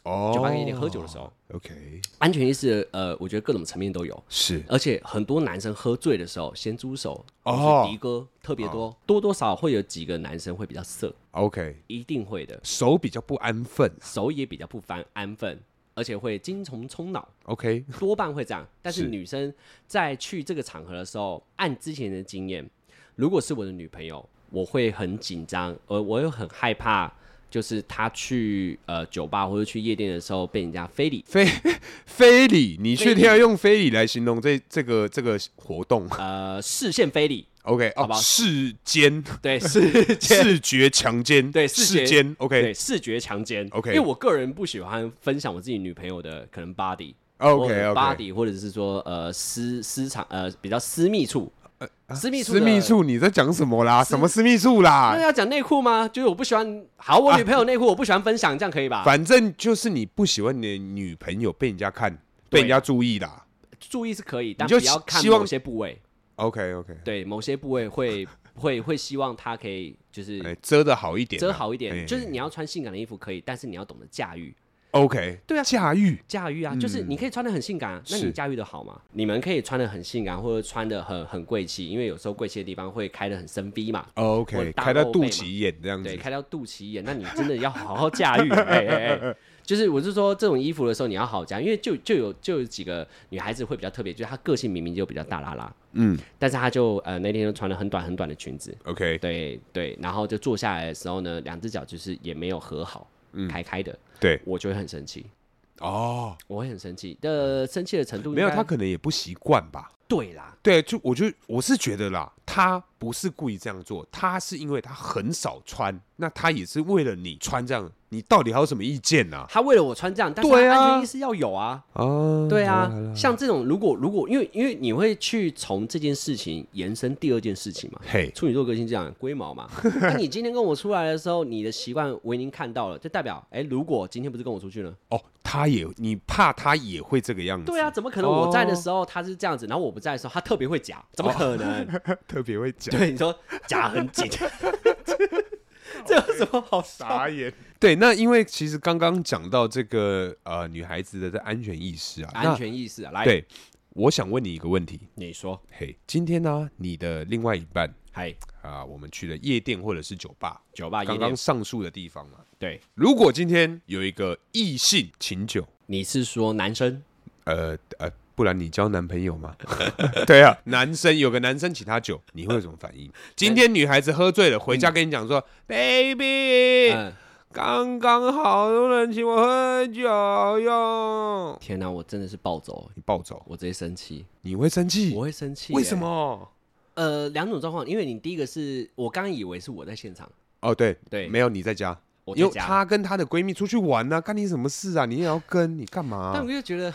Speaker 1: 哦
Speaker 2: 酒吧跟夜店喝酒的时候，
Speaker 1: ，OK，
Speaker 2: 安全意识，呃，我觉得各种层面都有。
Speaker 1: 是
Speaker 2: 而且很多男生喝醉的时候，咸猪手、
Speaker 1: 哦
Speaker 2: 哦、迪哥特别多，多多少少会有几个男生会比较色，
Speaker 1: OK，
Speaker 2: 一定会的，
Speaker 1: 手比较不安分
Speaker 2: 手也比较不安安分，而且会精虫充脑，
Speaker 1: ，OK，
Speaker 2: 多半会这样。但是
Speaker 1: 是
Speaker 2: 女生在去这个场合的时候，按之前的经验，如果是我的女朋友，我会很紧张，而我又很害怕。就是她去呃酒吧或者去夜店的时候被人家非礼，
Speaker 1: 非 [laughs] 非礼，你
Speaker 2: 非礼
Speaker 1: 确定要用非礼来形容这这个这个活动
Speaker 2: 呃视线非礼，
Speaker 1: ？OK，
Speaker 2: 好
Speaker 1: 哦
Speaker 2: 吧，
Speaker 1: 视奸。
Speaker 2: [laughs] 对视线
Speaker 1: 视觉强奸，
Speaker 2: 对视觉
Speaker 1: 视奸
Speaker 2: 对
Speaker 1: ，OK
Speaker 2: 视觉强奸。
Speaker 1: OK
Speaker 2: 因为我个人不喜欢分享我自己女朋友的可能 body。或
Speaker 1: OK
Speaker 2: 者
Speaker 1: OK，
Speaker 2: body 或者是说呃私私藏呃比较私密处，私密处
Speaker 1: 呃私密
Speaker 2: 的，
Speaker 1: 处你在讲什么啦？什么私密处啦
Speaker 2: 那？要讲内裤吗？就是我不喜欢，好，我女朋友内裤我不喜欢分享，这样可以吧？
Speaker 1: 反正就是你不喜欢你的女朋友被人家看，被
Speaker 2: 对
Speaker 1: 人家注意啦。
Speaker 2: 注意是可以，但
Speaker 1: 你就
Speaker 2: 不要
Speaker 1: 希
Speaker 2: 看
Speaker 1: 希望
Speaker 2: 某些部位，
Speaker 1: OK OK，
Speaker 2: 对某些部位
Speaker 1: [laughs]
Speaker 2: 会会会希望她可以就是
Speaker 1: 哎，遮的好一点啊，
Speaker 2: 遮好一
Speaker 1: 哎
Speaker 2: 点，就是你要穿性感的衣服可以，但是你要懂得驾驭。
Speaker 1: OK，
Speaker 2: 对啊
Speaker 1: 驾驭
Speaker 2: 驾驭啊，就是你可以穿的很性感、啊，
Speaker 1: 嗯
Speaker 2: 那
Speaker 1: 是
Speaker 2: 你驾驭的好吗？你们可以穿的很性感，或者穿的很很贵气，因为有时候贵气的地方会开的很深 V 嘛，
Speaker 1: 哦 OK，
Speaker 2: 我大
Speaker 1: 开到
Speaker 2: 露
Speaker 1: 肚
Speaker 2: 背嘛
Speaker 1: 脐眼这样
Speaker 2: 对，
Speaker 1: 子，
Speaker 2: 开到肚脐眼，那你真的要好好
Speaker 1: [laughs]
Speaker 2: 驾驭。哎哎哎，就是我是说这种衣服的时候你要好好驾，因为就就有就有几个女孩子会比较特别，就是她个性明明就比较大啦啦，
Speaker 1: 嗯
Speaker 2: 但是她就呃那天就穿了很短很短的裙子，
Speaker 1: ，OK，
Speaker 2: 对对，然后就坐下来的时候呢，两只脚就是也没有合好，
Speaker 1: 嗯
Speaker 2: 开开的，
Speaker 1: 对，
Speaker 2: 我就会很生气。
Speaker 1: 哦，
Speaker 2: 我会很生气，的生气的程度应
Speaker 1: 没有，
Speaker 2: 该
Speaker 1: 他可能也不习惯吧。
Speaker 2: 对啦，
Speaker 1: 对，就我就我是觉得啦，他不是故意这样做，他是因为他很少穿，那他也是为了你穿这样，你到底还有什么意见啊呢、
Speaker 2: 他为了我穿这样，但是
Speaker 1: 对
Speaker 2: 他
Speaker 1: 啊
Speaker 2: 安全意识要有啊，
Speaker 1: 啊？哦
Speaker 2: 对啊，像这种如果如果因为因为你会去从这件事情延伸第二件事情嘛。
Speaker 1: 嘿，
Speaker 2: 处女座个性这样，龟毛 [laughs] 嘛。那你今天跟我出来的时候，你的习惯我已经看到了，就代表，哎、如果今天不是跟我出去呢？
Speaker 1: 哦，他也，你怕他也会这个样子？
Speaker 2: 对啊，，怎么可能我在的时哦候他是这样子，然后我不在的时候他特别会夹？怎么可能？
Speaker 1: [laughs] 特别会讲，
Speaker 2: 对，你说夹很 [laughs] 紧，这有什么好傻？
Speaker 1: 傻眼。对，那因为其实刚刚讲到这个呃，女孩子的这安全意识啊，
Speaker 2: 安全意识啊，
Speaker 1: 那
Speaker 2: 来，
Speaker 1: 对，我想问你一个问题，
Speaker 2: 你说，
Speaker 1: 嘿，今天呢、你的另外一半
Speaker 2: 嗨，
Speaker 1: 啊、我们去了夜店或者是酒吧，
Speaker 2: 酒吧夜
Speaker 1: 刚刚
Speaker 2: 店，
Speaker 1: 上述的地方嘛。
Speaker 2: 对，
Speaker 1: 如果今天有一个异性请酒，
Speaker 2: 你是说男生？
Speaker 1: 呃呃，不然你交男朋友 [laughs] 吗？对啊，男生有个男生请他酒，你会有什么反应？ [laughs] 今天女孩子喝醉了，回家跟你讲说、b a b y
Speaker 2: 嗯，
Speaker 1: 刚刚好多人请我喝酒哟，
Speaker 2: 天哪、我真的是暴走，
Speaker 1: 你暴走，
Speaker 2: 我直接生气，
Speaker 1: 你会生气
Speaker 2: 我？会生气、
Speaker 1: 为什？么？
Speaker 2: 呃，两种状况，因为你第一个是我刚以为是我在现场，
Speaker 1: 哦，对
Speaker 2: 对
Speaker 1: 没有啊你在家，
Speaker 2: 我
Speaker 1: 因
Speaker 2: 在
Speaker 1: 为
Speaker 2: 家，
Speaker 1: 她跟她的闺蜜出去玩呢、干你什么事啊？你也要跟，你干嘛、
Speaker 2: 但我就觉得。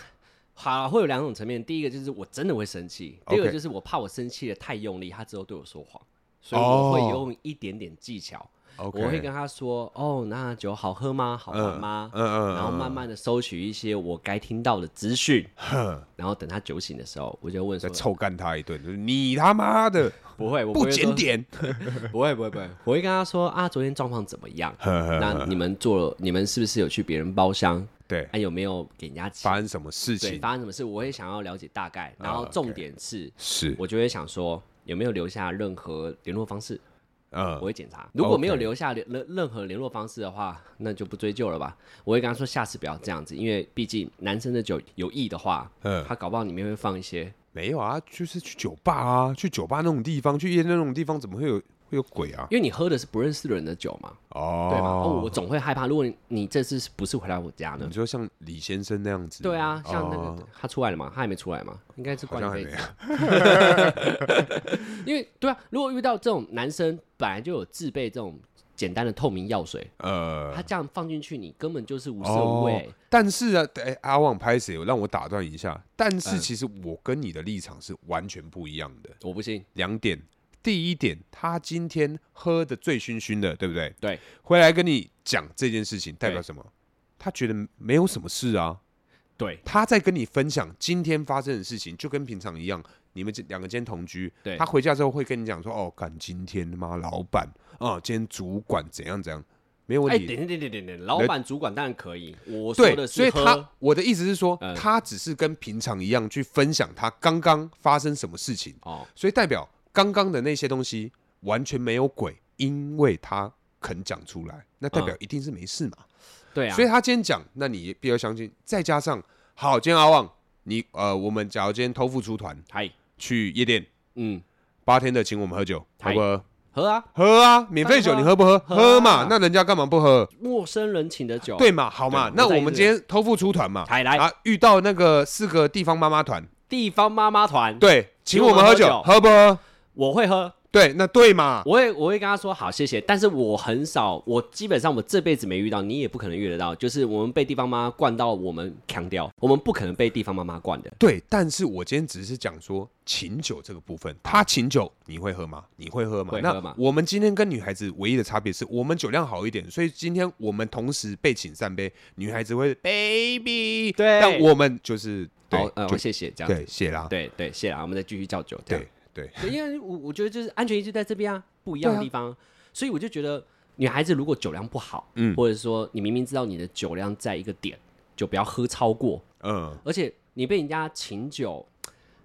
Speaker 2: 好啊，会有两种层面。第一个就是我真的会生气，
Speaker 1: OK
Speaker 2: 第二个就是我怕我生气的太用力，他之后对我说谎。所以我会
Speaker 1: 哦
Speaker 2: 用一点点技巧，
Speaker 1: OK，
Speaker 2: 我会跟他说，哦，那酒好喝吗？好玩吗？
Speaker 1: 嗯嗯，
Speaker 2: 然后慢慢的收取一些我该听到的资讯，然后等他酒醒的时候，我就问
Speaker 1: 再
Speaker 2: 说，
Speaker 1: 臭干他一顿，就是你他妈的
Speaker 2: 不会，我
Speaker 1: 不
Speaker 2: 会
Speaker 1: 检
Speaker 2: 说，
Speaker 1: 点，
Speaker 2: [laughs] 不会，不会，不会，我会跟他说啊，昨天状况怎么样？
Speaker 1: 嗯
Speaker 2: 那你们做了，你们是不是有去别人包厢？
Speaker 1: 对，
Speaker 2: 哎、有没有给人家钱？
Speaker 1: 发啊生什么事
Speaker 2: 对，
Speaker 1: 情
Speaker 2: 发生什么事？我也想要了解大概。然后重点是，
Speaker 1: 是
Speaker 2: 我就会想说，有没有留下任何联络方式？我
Speaker 1: 嗯
Speaker 2: 会检查。如果没有
Speaker 1: OK
Speaker 2: 留下联任任何联络方式的话，那就不追究了吧。我会跟他说，下次不要这样子，因为毕竟男生的酒有意的话，
Speaker 1: 嗯
Speaker 2: 他搞不好里面会放一些。
Speaker 1: 没有啊，就是去酒吧啊，去酒吧那种地方，去夜店那种地方，怎么会有会有鬼啊？
Speaker 2: 因为你喝的是不认识的人的酒嘛，
Speaker 1: 哦，
Speaker 2: 对吧？哦，我总会害怕。如果你你这次是不是回来我家呢
Speaker 1: 你？说像李先生那样子，
Speaker 2: 对啊，像那
Speaker 1: 嗯哦
Speaker 2: 个他出来了吗？他还没出来吗？应该是
Speaker 1: 好
Speaker 2: 关
Speaker 1: 像还
Speaker 2: 一
Speaker 1: 没
Speaker 2: 辈
Speaker 1: 有
Speaker 2: 子。因为对啊，如果遇到这种男生，本来就有自备这种简单的透明药水，
Speaker 1: 呃，
Speaker 2: 他这样放进去，你根本就是无色无味。
Speaker 1: 哦但是啊，哎、阿旺拍谁？让我打断一下。但是
Speaker 2: 嗯
Speaker 1: 其实我跟你的立场是完全不一样的。
Speaker 2: 我不信，
Speaker 1: 两点，第一点，他今天喝的醉醺醺的，对不对？
Speaker 2: 对，
Speaker 1: 回来跟你讲这件事情，代表什么？他觉得没有什么事啊，
Speaker 2: 对
Speaker 1: 他在跟你分享今天发生的事情，就跟平常一样。你们这两个今天同居，
Speaker 2: 对
Speaker 1: 他回家之后会跟你讲说：“哦，干，今天他妈老板啊、今天主管怎样怎样，没有问
Speaker 2: 哎，
Speaker 1: 题。
Speaker 2: 等等等等等等，老板主管当然可以，我说
Speaker 1: 对，
Speaker 2: 的
Speaker 1: 所
Speaker 2: 是
Speaker 1: 以
Speaker 2: 喝
Speaker 1: 他，我的意思是说，
Speaker 2: 嗯
Speaker 1: 他只是跟平常一样去分享他刚刚发生什么事情，
Speaker 2: 哦，
Speaker 1: 所以代表刚刚的那些东西完全没有鬼，因为他肯讲出来，那代表一定是没事嘛。
Speaker 2: 嗯对啊
Speaker 1: 所，以他今天讲，那你必须要相信。再加上，好，今天阿旺，你呃，我们假如今天偷富出团
Speaker 2: 嗨，
Speaker 1: 去夜店，
Speaker 2: 嗯，
Speaker 1: 八天的请我们喝酒，喝
Speaker 2: 嗨
Speaker 1: 不喝？
Speaker 2: 喝啊，
Speaker 1: 喝啊，免费酒
Speaker 2: 当
Speaker 1: 你
Speaker 2: 然
Speaker 1: 喝不喝？
Speaker 2: 喝啊
Speaker 1: 喝嘛，那人家干嘛不喝？
Speaker 2: 陌生人请的酒，
Speaker 1: 对，嘛，好嘛，
Speaker 2: 对
Speaker 1: 那
Speaker 2: 我在
Speaker 1: 我
Speaker 2: 意
Speaker 1: 们
Speaker 2: 这
Speaker 1: 今天偷富出团嘛，
Speaker 2: 来来
Speaker 1: 啊，遇到那个四个地方妈妈团，
Speaker 2: 地方妈妈团，，
Speaker 1: 对，请
Speaker 2: 嗯请
Speaker 1: 我
Speaker 2: 我
Speaker 1: 们
Speaker 2: 们
Speaker 1: 喝
Speaker 2: 喝
Speaker 1: 酒，
Speaker 2: 酒
Speaker 1: 喝不喝？
Speaker 2: 我会喝，
Speaker 1: 对，那对嘛，
Speaker 2: 我会我会跟他说好，谢谢。但是我很少，我基本上我这辈子没遇到，你也不可能遇得到。就是我们被地方妈妈惯到，我们强调，我们不可能被地方妈妈惯的。
Speaker 1: 对。但是我今天只是讲说请酒这个部分，他请酒你会喝吗？你会喝吗？
Speaker 2: 会喝
Speaker 1: 那
Speaker 2: 嘛
Speaker 1: 我们今天跟女孩子唯一的差别是我们酒量好一点，所以今天我们同时被请三杯，女孩子会 baby，
Speaker 2: 对
Speaker 1: 但我们就是对
Speaker 2: 好，，呃，
Speaker 1: 就
Speaker 2: 我谢谢，这样
Speaker 1: 对
Speaker 2: 子，
Speaker 1: 谢啦，
Speaker 2: 对对，谢啦，我们再继续叫酒，这样
Speaker 1: 对，对，
Speaker 2: 对，因为我我觉得就是安全意识在这边啊，不一样的地方，所以我就觉得女孩子如果酒量不好，
Speaker 1: 嗯
Speaker 2: 或者说你明明知道你的酒量在一个点，就不要喝超过，
Speaker 1: 嗯，
Speaker 2: 而且你被人家请酒，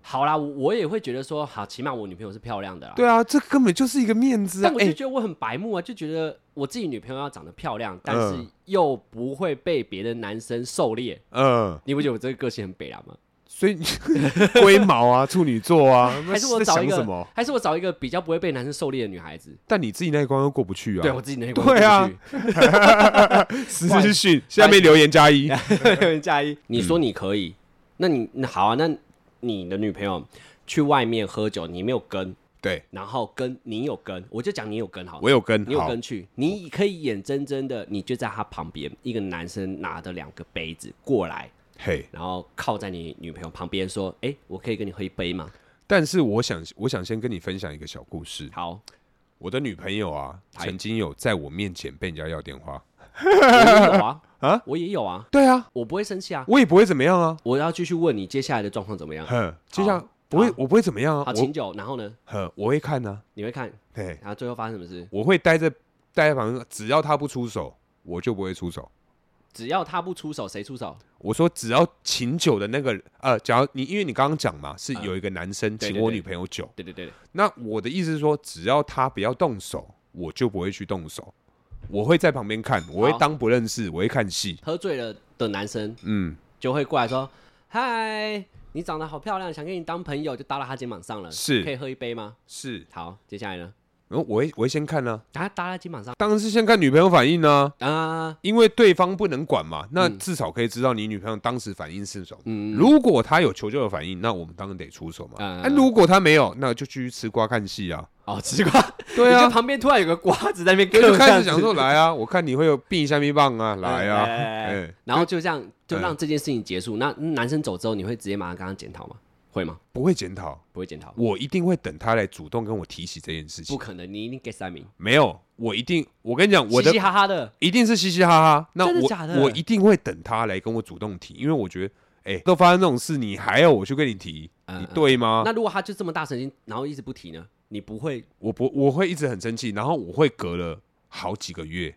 Speaker 2: 好啦，我我也会觉得说，好，起码我女朋友是漂亮的啦，
Speaker 1: 对啊，这根本就是一个面子啊
Speaker 2: 但，我
Speaker 1: 哎
Speaker 2: 就觉得我很白目啊，就觉得我自己女朋友要长得漂亮，但是
Speaker 1: 嗯
Speaker 2: 又不会被别的男生狩猎。
Speaker 1: 嗯。
Speaker 2: 你不觉得我这个个性很北蓝吗？
Speaker 1: 所以 [laughs] 龟毛啊，处女座啊，
Speaker 2: [laughs] 还是我
Speaker 1: 在
Speaker 2: 找一
Speaker 1: 想
Speaker 2: 个
Speaker 1: 什么？
Speaker 2: 还是我找一个比较不会被男生狩猎的女孩子？
Speaker 1: 但你自己那一关又过不去啊。
Speaker 2: 对我自己能力
Speaker 1: 对啊 [laughs] 私讯下面留言加
Speaker 2: [laughs]
Speaker 1: 一。
Speaker 2: 加一。你说你可以，那你那好啊，那你的女朋友去外面喝酒，你没有跟，
Speaker 1: 对
Speaker 2: 然后跟你有跟，我就讲你有跟好了，
Speaker 1: 我有跟，
Speaker 2: 你有
Speaker 1: 好
Speaker 2: 跟去，你可以眼睁睁的，你就在他旁边，一个男生拿着两个杯子过来，
Speaker 1: 嘿。
Speaker 2: 然后靠在你女朋友旁边说：“哎、我可以跟你喝一杯吗
Speaker 1: 但是我想，我想先跟你分享一个小故事？”。
Speaker 2: [laughs] 好，
Speaker 1: 我的女朋友啊，
Speaker 2: 嗨
Speaker 1: 曾经有在我面前被人家要电话。
Speaker 2: 我也有啊，
Speaker 1: 啊
Speaker 2: 我也有啊，
Speaker 1: 对啊，
Speaker 2: 我不会生气啊。
Speaker 1: 我也不会怎么样啊。
Speaker 2: 我要继续问你接下来的状况怎么样？
Speaker 1: 哼，就像不会，我不会怎么样啊
Speaker 2: 好，。
Speaker 1: 我
Speaker 2: 请酒，然后呢？
Speaker 1: 哼，我会看啊。
Speaker 2: 你会看，
Speaker 1: 嘿，
Speaker 2: 然后最后发生什么事？
Speaker 1: 我会待在待在旁边，只要他不出手，我就不会出手。
Speaker 2: 只要他不出手，谁出手？
Speaker 1: 我说只要请酒的那个人，呃，假如你因为你刚刚讲嘛，是
Speaker 2: 嗯
Speaker 1: 有一个男生
Speaker 2: 对
Speaker 1: 请
Speaker 2: 对
Speaker 1: 我
Speaker 2: 对
Speaker 1: 女朋友酒，
Speaker 2: 对对对，对
Speaker 1: 那我的意思是说，只要他不要动手，我就不会去动手，我会在旁边看，我会当不认识，我会看戏。
Speaker 2: 喝醉了的男生
Speaker 1: 嗯，
Speaker 2: 就会过来说：“嗨，你长得好漂亮，想跟你当朋友，就搭到他肩膀上了，
Speaker 1: 是
Speaker 2: 可以喝一杯吗
Speaker 1: 是，？”
Speaker 2: 好，接下来呢？
Speaker 1: 然后我会我会先看呢、
Speaker 2: 啊，搭在肩膀上
Speaker 1: 当然是先看女朋友反应呢、
Speaker 2: 啊，
Speaker 1: 因为对方不能管嘛，那
Speaker 2: 嗯
Speaker 1: 至少可以知道你女朋友当时反应是什么。
Speaker 2: 嗯，
Speaker 1: 如果她有求救的反应，那我们当然得出手嘛。那、
Speaker 2: 嗯
Speaker 1: 如果她没有，那就继续吃瓜看戏
Speaker 2: [laughs]
Speaker 1: 啊。
Speaker 2: 哦，吃瓜，
Speaker 1: 对
Speaker 2: 你
Speaker 1: 啊
Speaker 2: 就，旁边突然有个瓜子在那边
Speaker 1: 我
Speaker 2: 嗑，
Speaker 1: 就开始
Speaker 2: 这
Speaker 1: 想
Speaker 2: 样子
Speaker 1: 说，来 [laughs] 啊，我看你会有避一下咪棒啊，来啊，
Speaker 2: 嗯来来来
Speaker 1: 哎、
Speaker 2: 然后就这样就让这件事情结束。那嗯男生走之后，你会直接马上跟他检讨吗？会吗？
Speaker 1: 不会检讨，
Speaker 2: 不会检讨，
Speaker 1: 我一定会等他来主动跟我提起这件事
Speaker 2: 不
Speaker 1: 情。
Speaker 2: 可能，你一定 get 三名，
Speaker 1: 没有，我一定，我跟你讲，我
Speaker 2: 嘻
Speaker 1: 的
Speaker 2: 嘻哈哈的，
Speaker 1: 一定是嘻嘻哈哈。那
Speaker 2: 真的
Speaker 1: 我
Speaker 2: 假的
Speaker 1: 我一定会等他来跟我主动提，因为我觉得，哎、都发生这种事，你还要我去跟你提，
Speaker 2: 嗯
Speaker 1: 你
Speaker 2: 嗯
Speaker 1: 对吗？
Speaker 2: 那如果他就这么大神经，然后一直不提呢？你不会
Speaker 1: 我不我会一直很生气，然后我会隔了好几个 [laughs] 月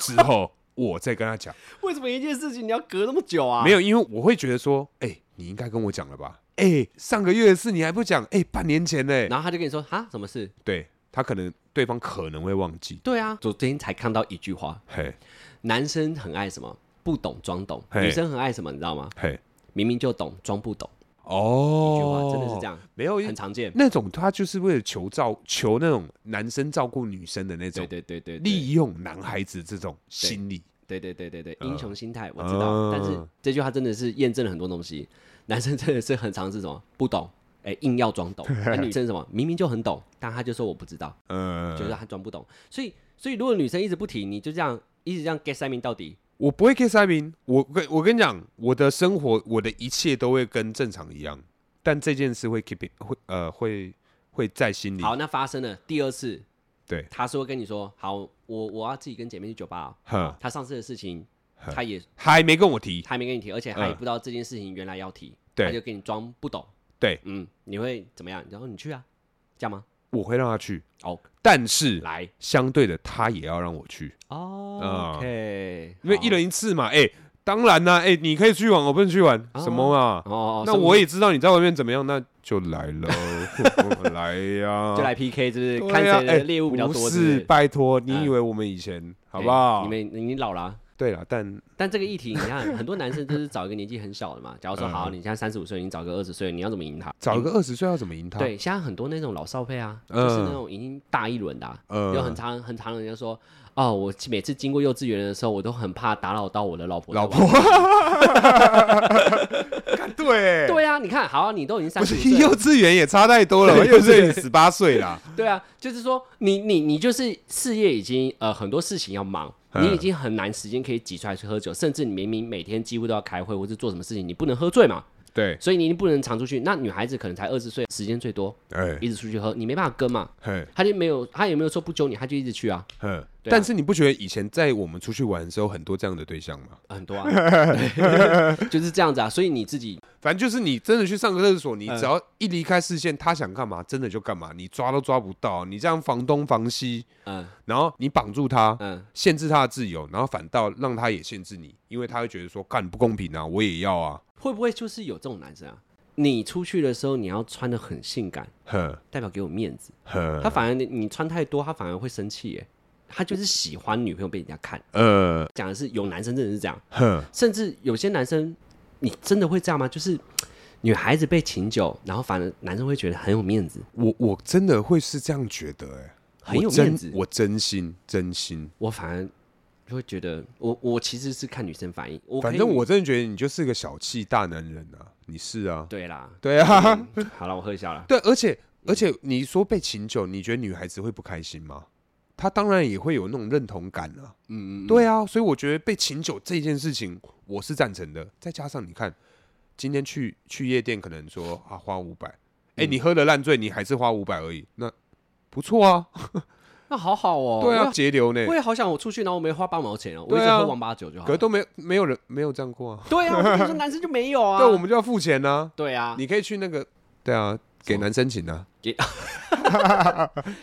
Speaker 1: 之后，我再跟他讲。
Speaker 2: 为什么一件事情你要隔那么久啊？
Speaker 1: 没有，因为我会觉得说，哎、你应该跟我讲了吧？哎、上个月的事你还不讲？哎、半年前呢、
Speaker 2: 然后他就跟你说哈，什么事？
Speaker 1: 对他可能对方可能会忘记，
Speaker 2: 对啊，昨天才看到一句话，
Speaker 1: 嘿
Speaker 2: 男生很爱什么不懂装懂，
Speaker 1: 嘿
Speaker 2: 女生很爱什么你知道吗？
Speaker 1: 嘿，
Speaker 2: 明明就懂装不懂，一句话
Speaker 1: 哦，
Speaker 2: 真的是这，样，
Speaker 1: 没有
Speaker 2: 很常见。
Speaker 1: 那种他就是为了求照求那种男生照顾女生的那种
Speaker 2: 对对对对，对
Speaker 1: 利用男孩子这种心理，
Speaker 2: 对对对对对，
Speaker 1: 嗯
Speaker 2: 英雄心态我知道，
Speaker 1: 嗯
Speaker 2: 但是这句话真的是验证了很多东西。男生真的是很常是什么不懂，哎、硬要装懂；而女生是什么明明就很懂，但她就说我不知道，
Speaker 1: 嗯，
Speaker 2: 觉得她装不懂。所以，所以如果女生一直不提，你就这样一直这样 get 三名到底，
Speaker 1: 我不会 K 三名，我跟我跟你讲，我的生活，我的一切都会跟正常一样，但这件事会 keep it, 会呃会会在心里。
Speaker 2: 好，那发生了第二次，
Speaker 1: 对，
Speaker 2: 她说跟你说，好，我我要自己跟姐妹去酒吧哦、
Speaker 1: 哼，
Speaker 2: 她上次的事情，
Speaker 1: 呵
Speaker 2: 她也
Speaker 1: 还没跟我提，
Speaker 2: 她还没跟你提，而且她也
Speaker 1: 嗯
Speaker 2: 不知道这件事情原来要提，
Speaker 1: 对
Speaker 2: 她就跟你装不懂。
Speaker 1: 对，
Speaker 2: 嗯，你会怎么样？然后你去啊，这样吗？
Speaker 1: 我会让他去，
Speaker 2: 哦，
Speaker 1: 但是
Speaker 2: 来。
Speaker 1: 相对的，他也要让我去，
Speaker 2: 哦 OK，
Speaker 1: 因为
Speaker 2: 好
Speaker 1: 一人一次嘛。哎、当然啦，哎、你可以去玩，我不能去玩，
Speaker 2: 哦
Speaker 1: 什么嘛？
Speaker 2: 哦，
Speaker 1: 那
Speaker 2: 所以
Speaker 1: 我也知道你在外面怎么样，那就来
Speaker 2: [laughs]
Speaker 1: 喽， [laughs] 来呀、
Speaker 2: 就来 PK，就是
Speaker 1: 对
Speaker 2: 看
Speaker 1: 呀
Speaker 2: 谁
Speaker 1: 哎
Speaker 2: 的猎物比较
Speaker 1: 不
Speaker 2: 多，
Speaker 1: 是，
Speaker 2: 不
Speaker 1: 拜托，你
Speaker 2: 嗯
Speaker 1: 以为我们以前好不
Speaker 2: 哎
Speaker 1: 好
Speaker 2: 你？们你老了啊，
Speaker 1: 对了，但
Speaker 2: 但这个议题，你看很多男生就是找一个年纪很小
Speaker 1: [laughs]
Speaker 2: 的嘛。假如说
Speaker 1: 嗯
Speaker 2: 好，你现在三十五岁，你找个二十岁，你要怎么赢他？
Speaker 1: 找一个二十岁要怎么赢他？，
Speaker 2: 对，现在很多那种老少配啊，就是
Speaker 1: 嗯
Speaker 2: 那种已经大一轮的啊，
Speaker 1: 呃
Speaker 2: 有很长很长的人家说，哦，我每次经过幼稚园的时候，我都很怕打扰到我的老婆。
Speaker 1: 老
Speaker 2: [laughs]
Speaker 1: 婆，看对，
Speaker 2: 对啊，你看，好，你都已经
Speaker 1: 不
Speaker 2: 三十
Speaker 1: 是 [laughs]
Speaker 2: 岁
Speaker 1: 幼
Speaker 2: 了，
Speaker 1: 稚园也差太多
Speaker 2: [laughs]
Speaker 1: 了，幼稚园十八岁啦，
Speaker 2: 对啊，就是说你你你就是事业已经呃很多事情要忙，
Speaker 1: 嗯
Speaker 2: 你已经很难时间可以挤出来去喝酒，甚至你明明每天几乎都要开会或是做什么事情，你不能喝醉嘛，
Speaker 1: 对，
Speaker 2: 所以你一定不能常出去。那女孩子可能才二十岁，时间最多，
Speaker 1: 哎，
Speaker 2: 一直出去喝，你没办法跟嘛。
Speaker 1: 嘿，
Speaker 2: 她就没有，她也没有说不揪你，她就一直去啊，
Speaker 1: 嗯，
Speaker 2: 对啊
Speaker 1: 但是你不觉得以前在我们出去玩的时候，很多这样的对象吗？
Speaker 2: 很多啊，对 [laughs] 就是这样子啊。所以你自己
Speaker 1: 反正就是你真的去上个厕所，
Speaker 2: 嗯
Speaker 1: 你只要一离开视线，他想干嘛真的就干嘛，你抓都抓不到，你这样防东防西，
Speaker 2: 嗯
Speaker 1: 然后你绑住他，
Speaker 2: 嗯，
Speaker 1: 限制他的自由，然后反倒让他也限制你，因为他会觉得说干不公平啊，我也要啊，
Speaker 2: 会不会就是有这种男生啊？你出去的时候你要穿的很性感，
Speaker 1: 哼
Speaker 2: 代表给我面子。
Speaker 1: 哼，
Speaker 2: 他反而你你穿太多，他反而会生气耶。他就是喜欢女朋友被人家看，
Speaker 1: 呃，
Speaker 2: 讲的是有男生真的是这样，
Speaker 1: 哼。
Speaker 2: 甚至有些男生，你真的会这样吗？就是女孩子被请酒，然后反而男生会觉得很有面子，
Speaker 1: 我我真的会是这样觉得、欸，哎，
Speaker 2: 很有
Speaker 1: 我真
Speaker 2: 面子。我
Speaker 1: 我真心真心，
Speaker 2: 反而就会觉得，我我其实是看女生反应，我可以
Speaker 1: 反正我真的觉得你就是个小气大男人啊，你是啊，
Speaker 2: 对啦，
Speaker 1: 对啊，
Speaker 2: 嗯好了，我喝一下啦。
Speaker 1: [laughs] 对，而且而且你说被请酒，你觉得女孩子会不开心吗？她当然也会有那种认同感啊，
Speaker 2: 嗯嗯，
Speaker 1: 对啊，所以我觉得被请酒这件事情，我是赞成的。再加上你看，今天去去夜店，可能说啊花五百，
Speaker 2: 嗯
Speaker 1: 哎，你喝了烂醉，你还是花五百而已，那不错啊，
Speaker 2: 那好好哦。
Speaker 1: 对
Speaker 2: 我
Speaker 1: 啊，
Speaker 2: 也，
Speaker 1: 节流呢
Speaker 2: 我，也好想我出去，然后我没花半毛钱哦，我
Speaker 1: 对
Speaker 2: 一直
Speaker 1: 啊
Speaker 2: 喝王八酒就好
Speaker 1: 可是
Speaker 2: 了。
Speaker 1: 都没没有人没有这样过啊。
Speaker 2: 对啊，我跟
Speaker 1: [laughs]
Speaker 2: 你说，男生就没有啊。
Speaker 1: 对，我们就要付钱呢、
Speaker 2: 对啊，
Speaker 1: 你可以去那个，对啊，给男生请啊 [laughs]
Speaker 2: 给，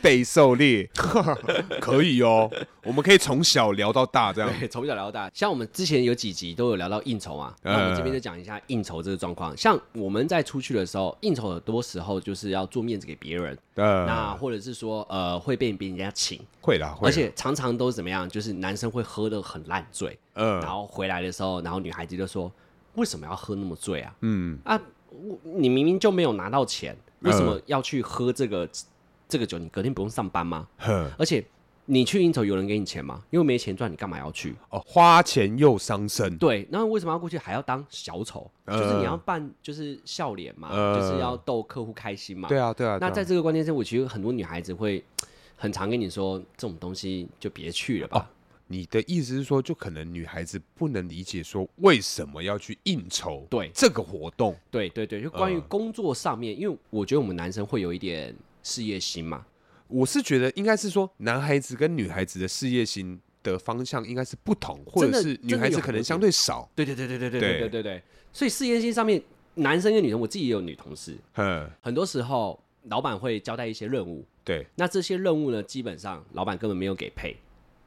Speaker 1: 备狩猎 [laughs] 可以哦，我们可以从小聊到大这样。
Speaker 2: 对，从小聊到大。像我们之前有几集都有聊到应酬嘛，
Speaker 1: 嗯
Speaker 2: 那我们这边就讲一下应酬这个状况。像我们在出去的时候，应酬很多时候就是要做面子给别人，那
Speaker 1: 呃，
Speaker 2: 或者是说呃会被别人家请，
Speaker 1: 会啦，会啦，
Speaker 2: 而且常常都是怎么样，就是男生会喝得很烂醉，然
Speaker 1: 呃，
Speaker 2: 后回来的时候，然后女孩子就说为什么要喝那么醉啊？
Speaker 1: 嗯，
Speaker 2: 啊，我你明明就没有拿到钱，为什
Speaker 1: 嗯
Speaker 2: 么要去喝这个这个酒？你隔天不用上班吗？
Speaker 1: 呵，
Speaker 2: 而且你去应酬有人给你钱吗？因为没钱赚，你干嘛要去？
Speaker 1: 哦，花钱又伤身，
Speaker 2: 对，那为什么要过去还要当小丑？就是你
Speaker 1: 呃
Speaker 2: 要扮就是笑脸嘛，
Speaker 1: 呃
Speaker 2: 就是要逗客户开心嘛。
Speaker 1: 对啊，对啊，
Speaker 2: 那
Speaker 1: 对
Speaker 2: 在
Speaker 1: 啊
Speaker 2: 这个
Speaker 1: 哦
Speaker 2: 关键是，我其实很多女孩子会很常跟你说，这种东西就别去了吧。
Speaker 1: 你的意思是说，就可能女孩子不能理解说为什么要去应酬
Speaker 2: 对
Speaker 1: 这个活动，
Speaker 2: 对对对，就关于
Speaker 1: 嗯
Speaker 2: 工作上面，因为我觉得我们男生会有一点事业心嘛，
Speaker 1: 我是觉得应该是说，男孩子跟女孩子的事业心的方向应该是不同，或
Speaker 2: 真的
Speaker 1: 者是女孩子可能相对少。
Speaker 2: 对对对对对对
Speaker 1: 对
Speaker 2: 对对对对，所以事业心上面，男生跟女生，我自己也有女同事，
Speaker 1: 嗯，
Speaker 2: 很多时候老板会交代一些任务，
Speaker 1: 对，
Speaker 2: 那这些任务呢，基本上老板根本没有给配，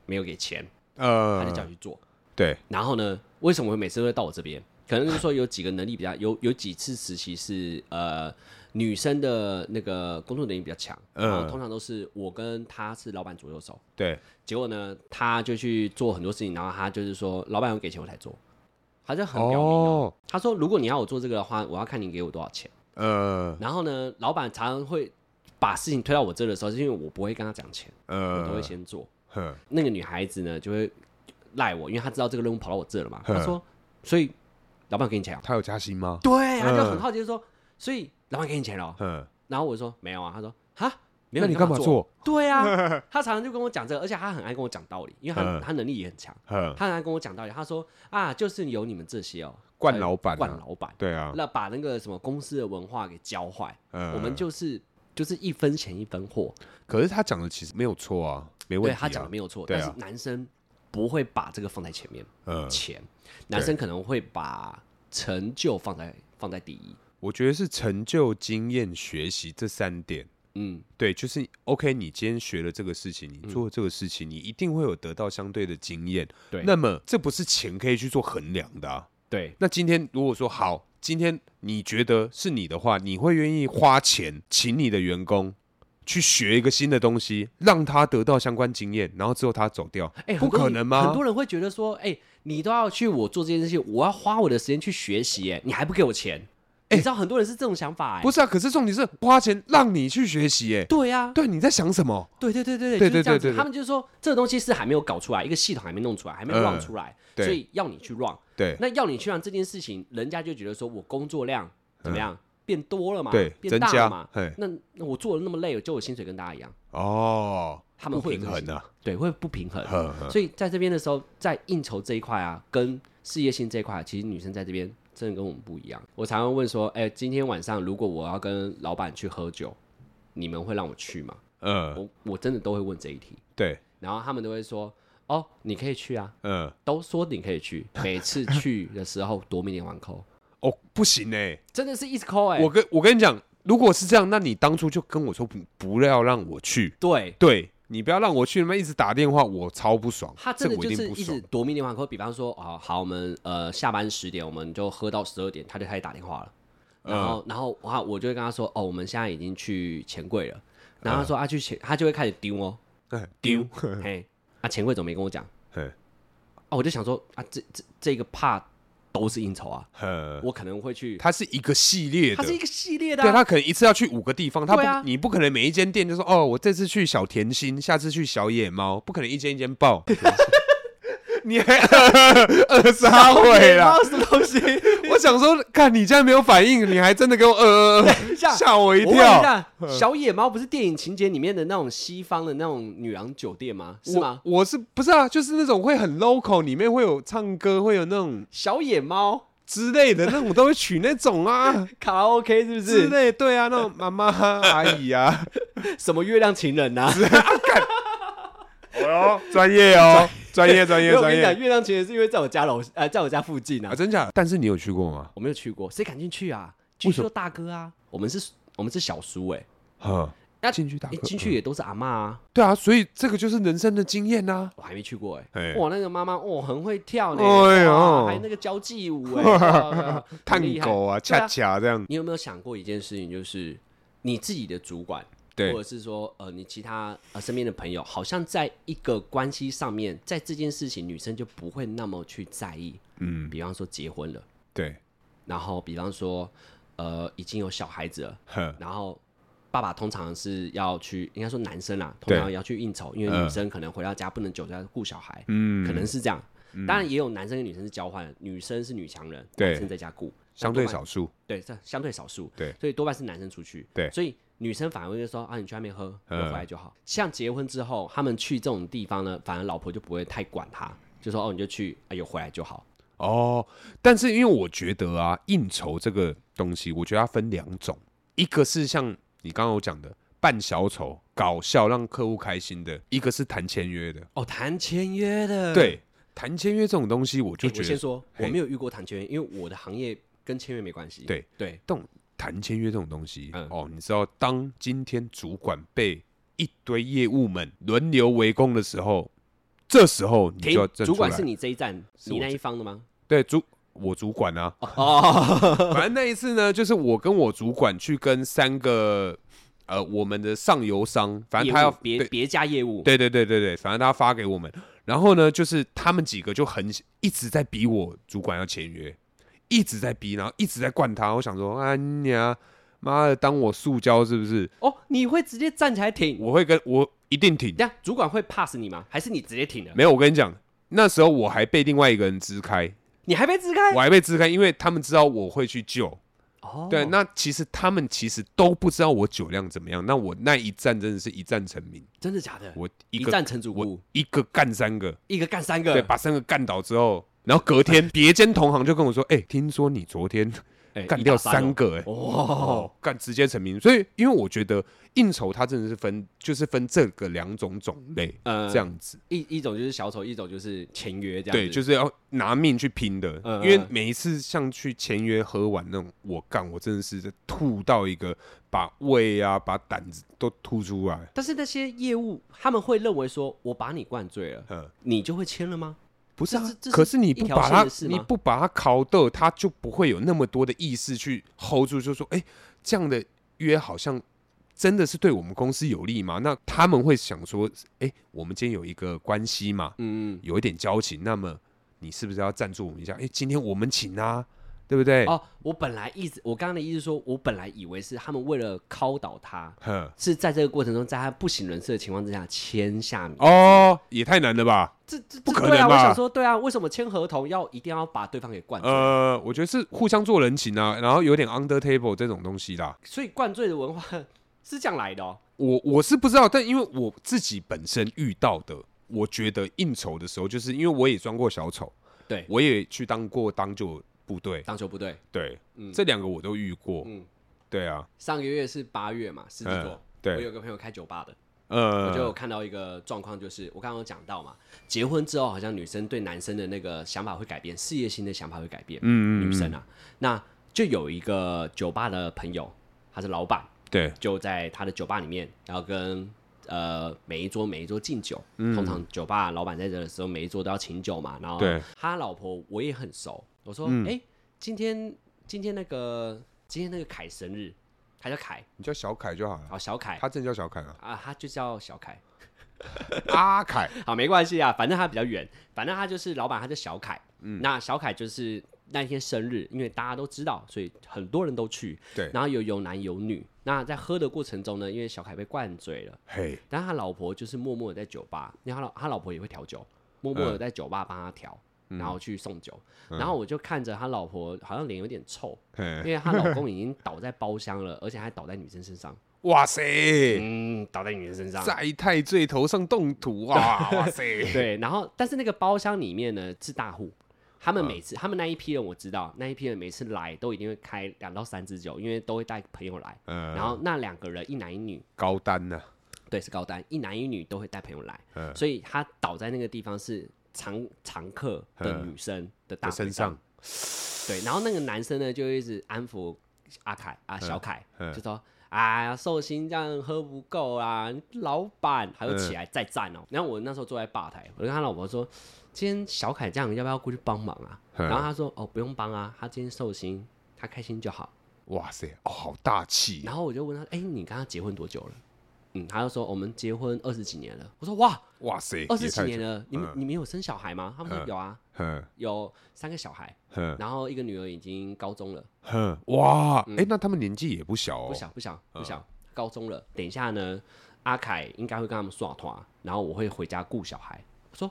Speaker 2: 没有给钱，他就叫
Speaker 1: 呃，
Speaker 2: 你去做。
Speaker 1: 对，
Speaker 2: 然后呢，为什么会每次都会到我这边？可能就是说有几个能力比较有有几次实习是呃女生的那个工作能力比较强，
Speaker 1: 嗯
Speaker 2: 然后通常都是我跟她是老板左右手，
Speaker 1: 对，
Speaker 2: 结果呢，她就去做很多事情，然后她就是说老板有给钱我才做，她就很表明哦，
Speaker 1: 哦
Speaker 2: 她说如果你要我做这个的话，我要看你给我多少钱。
Speaker 1: 呃，
Speaker 2: 然后呢，老板常常会把事情推到我这的时候，是因为我不会跟他讲钱，我都会
Speaker 1: 呃，
Speaker 2: 先做。
Speaker 1: 哼，
Speaker 2: 那个女孩子呢，就会赖我，因为她知道这个任务跑到我这了嘛。
Speaker 1: 嗯
Speaker 2: 她说，所以老板给你钱、啊？
Speaker 1: 他有加薪吗？
Speaker 2: 对，她就很好奇地说，所以老板给你钱了哦？
Speaker 1: 嗯，
Speaker 2: 然后我就说没有啊。她说，哈，没有，
Speaker 1: 那你
Speaker 2: 干
Speaker 1: 干嘛
Speaker 2: 做？
Speaker 1: 做？[laughs]
Speaker 2: 对啊，她常常就跟我讲这个，而且她很爱跟我讲道理，因为她
Speaker 1: 嗯
Speaker 2: 她能力也很强，
Speaker 1: 哼，
Speaker 2: 她很爱跟我讲道理。她说啊，就是有你们这些哦，
Speaker 1: 惯老板啊，
Speaker 2: 惯老板，
Speaker 1: 对啊，
Speaker 2: 那把那个什么公司的文化给教坏。
Speaker 1: 嗯
Speaker 2: 我们就是就是一分钱一分货，
Speaker 1: 可是他讲的其实没有错啊，没问
Speaker 2: 对
Speaker 1: 题啊。
Speaker 2: 他讲的没有错，
Speaker 1: 对
Speaker 2: 但
Speaker 1: 啊
Speaker 2: 是男生不会把这个放在前面，
Speaker 1: 嗯，
Speaker 2: 钱，男生可能会把成就放在放在第一，
Speaker 1: 我觉得是成就、经验、学习这三点。
Speaker 2: 嗯，
Speaker 1: 对，就是 OK，你今天学了这个事情，你做了这个事情，你一定会有得到相对的经验。
Speaker 2: 对
Speaker 1: 那么这不是钱可以去做衡量的、啊。
Speaker 2: 对
Speaker 1: 那今天如果说好，今天你觉得是你的话，你会愿意花钱请你的员工去学一个新的东西，让他得到相关经验，然后之后他走掉？
Speaker 2: 哎、
Speaker 1: 不
Speaker 2: 很多
Speaker 1: 可
Speaker 2: 人
Speaker 1: 能吗
Speaker 2: 很？多人会觉得说，哎、你都要去我做这件事情，我要花我的时间去学习，哎，你还不给我钱，你知道很多人是这种想法，哎，
Speaker 1: 哎不是啊，可是重点是花钱让你去学习，哎，
Speaker 2: 对呀、啊，
Speaker 1: 对，你在想什么？
Speaker 2: 对对对对
Speaker 1: 对
Speaker 2: 就是这样子
Speaker 1: 对对对对
Speaker 2: 他们就是说这个东西是还没有搞出来，一个系统还没弄出来，还没有
Speaker 1: 嗯
Speaker 2: run 出来，
Speaker 1: 对
Speaker 2: 所以要你去 run。
Speaker 1: 对
Speaker 2: 那要你去 run 这件事情，人家就觉得说我工作量怎么样、变多了
Speaker 1: 嗯
Speaker 2: 嘛，
Speaker 1: 对，
Speaker 2: 变
Speaker 1: 增
Speaker 2: 大
Speaker 1: 加
Speaker 2: 了嘛。
Speaker 1: 嘿，
Speaker 2: 那那我做的那么累，就我薪水跟大家一样，
Speaker 1: 哦，
Speaker 2: 他们
Speaker 1: 不
Speaker 2: 会有
Speaker 1: 平衡
Speaker 2: 这个
Speaker 1: 啊，
Speaker 2: 心对，会不平衡。
Speaker 1: 呵呵
Speaker 2: 所以在这边的时候，在应酬这一块啊，跟事业性这一块，啊其实女生在这边真的跟我们不一样。我常常问说，哎、今天晚上如果我要跟老板去喝酒，你们会让我去吗？
Speaker 1: 嗯，
Speaker 2: 我我真的都会问这一题。
Speaker 1: 对，
Speaker 2: 然后他们都会说：“哦，你可以去啊，
Speaker 1: 嗯，
Speaker 2: 都说你可以去。”每次去的时候夺命连环扣， [laughs]
Speaker 1: 哦，不行哎，
Speaker 2: 真的是一直扣哎、
Speaker 1: 我跟我跟你讲，如果是这样，那你当初就跟我说不不要让我去，
Speaker 2: 对
Speaker 1: 对你不要让我去，他妈一直打电话，我超不爽，
Speaker 2: 他
Speaker 1: 这
Speaker 2: 真
Speaker 1: 个
Speaker 2: 的
Speaker 1: 我
Speaker 2: 就
Speaker 1: 一
Speaker 2: 是
Speaker 1: 定不
Speaker 2: 一直
Speaker 1: 爽。
Speaker 2: 夺命连环扣。比方说，哦，好，我们呃下班十点，我们就喝到十二点，他就开始打电话了。
Speaker 1: 嗯
Speaker 2: 然后，然后哇，我就会跟他说：“哦，我们现在已经去钱柜
Speaker 1: 嗯
Speaker 2: 了。”然后他说：“啊，去钱，他就会开始丢哦，
Speaker 1: 哎丢，
Speaker 2: 嘿，啊，钱柜怎么没跟我讲？
Speaker 1: 嘿
Speaker 2: 啊，我就想说啊，这这这个怕都是应酬啊，
Speaker 1: 呵，
Speaker 2: [laughs] 我可能会去，
Speaker 1: 它是一个系列
Speaker 2: 它
Speaker 1: 的
Speaker 2: 是。一个系列的啊、
Speaker 1: 对他可能一次要去五个地方，他不、
Speaker 2: 对啊
Speaker 1: 你不可能每一间店就说哦，我这次去小甜心，下次去小野猫，不可能一间一间
Speaker 2: [laughs]
Speaker 1: 报。你还 [laughs] 二杀回啦！
Speaker 2: 什么东西？
Speaker 1: 我想说，看你竟然没有反应，你还真的给我呃呃
Speaker 2: [laughs] 等一下
Speaker 1: 呃，吓我 [laughs] 一
Speaker 2: 我问一
Speaker 1: 跳。
Speaker 2: 下，小野猫不是电影情节里面的那种西方的那种女郎酒店吗？是吗？
Speaker 1: 我？我是不是啊？就是那种会很 local，里面会有唱歌，会有那种
Speaker 2: 小野猫
Speaker 1: 之类的那种，都会取那种 [laughs] 啊
Speaker 2: 卡拉 OK 是不
Speaker 1: 之
Speaker 2: 是？
Speaker 1: 类。对啊，那种妈 [laughs] 妈啊阿姨啊，
Speaker 2: 什么月亮情人呐、啊？
Speaker 1: 哦，专业 [laughs] 哦，专业专
Speaker 2: 因
Speaker 1: 业
Speaker 2: 为我跟
Speaker 1: 专
Speaker 2: 你讲，
Speaker 1: 业
Speaker 2: 月亮情人是因为在我家楼呃，在我家附近啊
Speaker 1: 啊，，真假？但是你有去过吗？
Speaker 2: 我没有去过，谁敢进去啊？
Speaker 1: 为
Speaker 2: 据
Speaker 1: 什么
Speaker 2: 说大哥啊，我们是，我们是小叔哎、
Speaker 1: 哈，
Speaker 2: 那
Speaker 1: 进去打
Speaker 2: 诶
Speaker 1: 嗝
Speaker 2: 进去也都是阿嬷啊，
Speaker 1: 对啊，所以这个就是人生的经验啊呐。
Speaker 2: 我还没去过哎、
Speaker 1: 哎
Speaker 2: 哇，那个妈妈哦，很会跳呢，
Speaker 1: 哎呦
Speaker 2: 哇还有那个交
Speaker 1: [laughs]
Speaker 2: 际舞哎、哇
Speaker 1: 探
Speaker 2: 很厉害
Speaker 1: 狗啊，
Speaker 2: 对
Speaker 1: 恰恰这样。
Speaker 2: 你有没有想过一件事情，就是你自己的主管，
Speaker 1: 对
Speaker 2: 或者是说呃你其他呃身边的朋友，好像在一个关系上面，在这件事情女生就不会那么去在意。
Speaker 1: 嗯，
Speaker 2: 比方说结婚了，
Speaker 1: 对，
Speaker 2: 然后比方说呃已经有小孩子了，
Speaker 1: 呵，
Speaker 2: 然后爸爸通常是要去，应该说男生啦，通常
Speaker 1: 对
Speaker 2: 要去应酬，因为
Speaker 1: 嗯
Speaker 2: 女生可能回到家不能久在顾小孩，
Speaker 1: 嗯
Speaker 2: 可能是这样。当然也有男生跟女生是交换的，女生是女强人，
Speaker 1: 对
Speaker 2: 男生在家顾，
Speaker 1: 相对少数。
Speaker 2: 对，这相对少数，
Speaker 1: 对
Speaker 2: 所以多半是男生出去，
Speaker 1: 对
Speaker 2: 所以女生反而会说啊，你去外面喝，我
Speaker 1: 嗯
Speaker 2: 回来就好。像结婚之后，他们去这种地方呢，反而老婆就不会太管他，就说哦，你就去，哎呦，回来就好。
Speaker 1: 哦，但是因为我觉得啊，应酬这个东西，我觉得它分两种，一个是像你刚刚有讲的扮小丑、搞笑让客户开心的，一个是谈签约的。
Speaker 2: 哦，谈签约的，
Speaker 1: 对，谈签约这种东西，我
Speaker 2: 哎
Speaker 1: 就觉
Speaker 2: 嗯我
Speaker 1: 得
Speaker 2: 先说，
Speaker 1: 嘿
Speaker 2: 我没有遇过谈签约，因为我的行业跟签约没关系。
Speaker 1: 对
Speaker 2: 对，
Speaker 1: 谈签约这种东西，
Speaker 2: 嗯
Speaker 1: 哦，你知道，当今天主管被一堆业务们轮流围攻的时候，这时候你就要
Speaker 2: 停，
Speaker 1: 站
Speaker 2: 主管
Speaker 1: 出来
Speaker 2: 是你这一站，
Speaker 1: 是
Speaker 2: 你
Speaker 1: 我
Speaker 2: 那
Speaker 1: 这
Speaker 2: 一方的吗？
Speaker 1: 对主我主管啊，
Speaker 2: 哦， [laughs]
Speaker 1: 反正那一次呢，就是我跟我主管去跟三个呃我们的上游商，反正他要
Speaker 2: 业务别
Speaker 1: 对
Speaker 2: 别加业务，
Speaker 1: 对对对对对，反正他发给我们。然后呢，就是他们几个就很一直在逼我主管要签约，一直在逼，然后一直在灌他。我想说，哎呀，妈的，当我塑胶是不是？
Speaker 2: 哦，你会直接站起来挺？
Speaker 1: 我会跟我一定挺。
Speaker 2: 这样主管会 pass 你吗？还是你直接挺了？
Speaker 1: 没有，我跟你讲，那时候我还被另外一个人支开，
Speaker 2: 你还被支开？
Speaker 1: 我还被支开，因为他们知道我会去救。
Speaker 2: 哦，
Speaker 1: 对，那其实他们其实都不知道我酒量怎么样。那我那一战真的是一战成名，
Speaker 2: 真的假的？
Speaker 1: 我一
Speaker 2: 一
Speaker 1: 个
Speaker 2: 战成主
Speaker 1: 我
Speaker 2: 顾，
Speaker 1: 一个干三个，
Speaker 2: 一个干三
Speaker 1: 对，
Speaker 2: 个，
Speaker 1: 把三个干倒之后，然后隔
Speaker 2: [laughs]
Speaker 1: 天别间同行就跟我说：“哎、听说你昨天
Speaker 2: 哎
Speaker 1: 干
Speaker 2: 一
Speaker 1: 掉
Speaker 2: 打哦
Speaker 1: 三个、哎，
Speaker 2: 哦，
Speaker 1: 哦，干直接成名。”所以，因为我觉得应酬它真的是分，就是分这个两种种类，
Speaker 2: 呃
Speaker 1: 这样子。
Speaker 2: 一一种就是小丑，一种就是签约这样
Speaker 1: 对，
Speaker 2: 子
Speaker 1: 就是要拿命去拼的。
Speaker 2: 嗯
Speaker 1: 因为
Speaker 2: 嗯
Speaker 1: 每一次像去签约喝完那种，我干，我真的是吐到一个把胃啊、把胆子都吐出来。
Speaker 2: 但是那些业务他们会认为说，我把你灌醉了，
Speaker 1: 嗯，
Speaker 2: 你就会签了吗？
Speaker 1: 不是啊
Speaker 2: 这这这，
Speaker 1: 可
Speaker 2: 是
Speaker 1: 是你
Speaker 2: 一
Speaker 1: 不
Speaker 2: 条
Speaker 1: 把
Speaker 2: 线
Speaker 1: 它
Speaker 2: 的事吗
Speaker 1: 你不把它烤的，它就不会有那么多的意识去 hold 住，就说哎、诶这样的约好像真的是对我们公司有利吗？那他们会想说，哎、我们今天有一个关系嘛，
Speaker 2: 嗯，
Speaker 1: 有一点交情，那么你是不是要赞助我们一下？哎、今天我们请啊，对不对？
Speaker 2: 哦，我本来一直我刚刚的意思说，我本来以为是他们为了敲倒他，
Speaker 1: 哼，
Speaker 2: 是在这个过程中，在他不省人事的情况之下签下名。
Speaker 1: 哦，也太难了吧？
Speaker 2: 这这
Speaker 1: 不
Speaker 2: 这
Speaker 1: 可
Speaker 2: 对啊！
Speaker 1: 能
Speaker 2: 我
Speaker 1: 吧
Speaker 2: 想说，对啊，为什么签合同要一定要啊把对方给灌醉？
Speaker 1: 呃，我觉得是互相做人情啊，然后有点 under table 这种东西啦。
Speaker 2: 所以灌醉的文化 [laughs] 是这样来的哦。
Speaker 1: 我我是不知道，但因为我自己本身遇到的，我觉得应酬的时候，就是因为我也装过小丑，
Speaker 2: 对，
Speaker 1: 我也去当过当救部队，
Speaker 2: 当球不对，
Speaker 1: 对，
Speaker 2: 嗯
Speaker 1: 这两个我都遇过，
Speaker 2: 嗯
Speaker 1: 对啊，
Speaker 2: 上个月是八月嘛，狮子座。
Speaker 1: 嗯
Speaker 2: 我
Speaker 1: 对，
Speaker 2: 有个朋友开酒吧的，我就有
Speaker 1: 呃，
Speaker 2: 看到一个状况，就是我刚刚有讲到嘛，结婚之后好像女生对男生的那个想法会改变，事业心的想法会改变。
Speaker 1: 嗯
Speaker 2: 女生啊，那就有一个酒吧的朋友，他是老板，
Speaker 1: 对，
Speaker 2: 就在他的酒吧里面，然后跟呃每一桌每一桌敬酒。
Speaker 1: 嗯
Speaker 2: 通常酒吧老板在这的时候，每一桌都要请酒嘛。然后
Speaker 1: 对嗯
Speaker 2: 他老婆我也很熟，我说哎、诶今天今天那个今天那个凯生日，他叫凯，
Speaker 1: 你叫小凯就好了，
Speaker 2: 好小凯，
Speaker 1: 他真的叫小凯啊
Speaker 2: 啊，他就叫小凯。
Speaker 1: 阿凯，
Speaker 2: 好，没关系啊，反正他比较远，反正他就是老板，他叫小凯。嗯，那小凯就是那天生日，因为大家都知道，所以很多人都去。
Speaker 1: 对
Speaker 2: 然后有有男有女。那在喝的过程中呢，因为小凯被灌醉了，
Speaker 1: 嘿，
Speaker 2: 但他老婆就是默默的在酒吧，因为他老他老婆也会调酒，默默的在酒吧帮他调。然后去送酒，然后我就看着他老婆好像脸有点臭，
Speaker 1: 嘿，
Speaker 2: 因为她老公已经倒在包厢了，而且还倒在女生身上，
Speaker 1: 哇塞，
Speaker 2: 嗯，倒在女生身上，
Speaker 1: 在太岁头上动土
Speaker 2: [laughs]
Speaker 1: 啊，哇塞，
Speaker 2: 对，然后但是那个包厢里面呢是大户，他
Speaker 1: 嗯
Speaker 2: 们每次、他们那一批人我知道，那一批人每次来都一定会开两到三支酒，因为都会带朋友来。
Speaker 1: 呃，
Speaker 2: 然后那两个人一男一女，
Speaker 1: 高啊丹呢，
Speaker 2: 对，是高单，一男一女都会带朋友来，
Speaker 1: 嗯
Speaker 2: 所以他倒在那个地方是常常客的
Speaker 1: 嗯
Speaker 2: 女生的大
Speaker 1: 在
Speaker 2: 腿
Speaker 1: 身上，
Speaker 2: 对，然后那个男生呢就一直安抚阿凯啊小凯，
Speaker 1: 嗯
Speaker 2: 就说。哎呀，寿星这样喝不够啊！老板还会起来再战哦。
Speaker 1: 嗯
Speaker 2: 然后我那时候坐在吧台，我就跟他老婆说：“今天小凯这样，要不要过去帮忙啊？”
Speaker 1: 嗯
Speaker 2: 然后他说：“哦，不用帮啊，他今天寿星，他开心就好。
Speaker 1: 哇塞，哦，好大”气，
Speaker 2: 然后我就问他：“哎，你跟他结婚多久了？”嗯，他就说：“我们结婚二十几年了。”我说：“哇，
Speaker 1: 哇塞，
Speaker 2: 二十
Speaker 1: 也
Speaker 2: 几
Speaker 1: 太
Speaker 2: 年
Speaker 1: 久，
Speaker 2: 了，你们、
Speaker 1: 嗯
Speaker 2: 你们有生小孩吗？”他们说：“
Speaker 1: 嗯
Speaker 2: 有啊，
Speaker 1: 哼
Speaker 2: 有三个小孩，
Speaker 1: 哼。
Speaker 2: 然后一个女儿已经高中了。”
Speaker 1: 哼，哇，哎、那他们年纪也不小哦。
Speaker 2: 嗯不小不小不小，高中了。等一下呢，阿凯应该会跟他们耍团，然后我会回家顾小孩。我说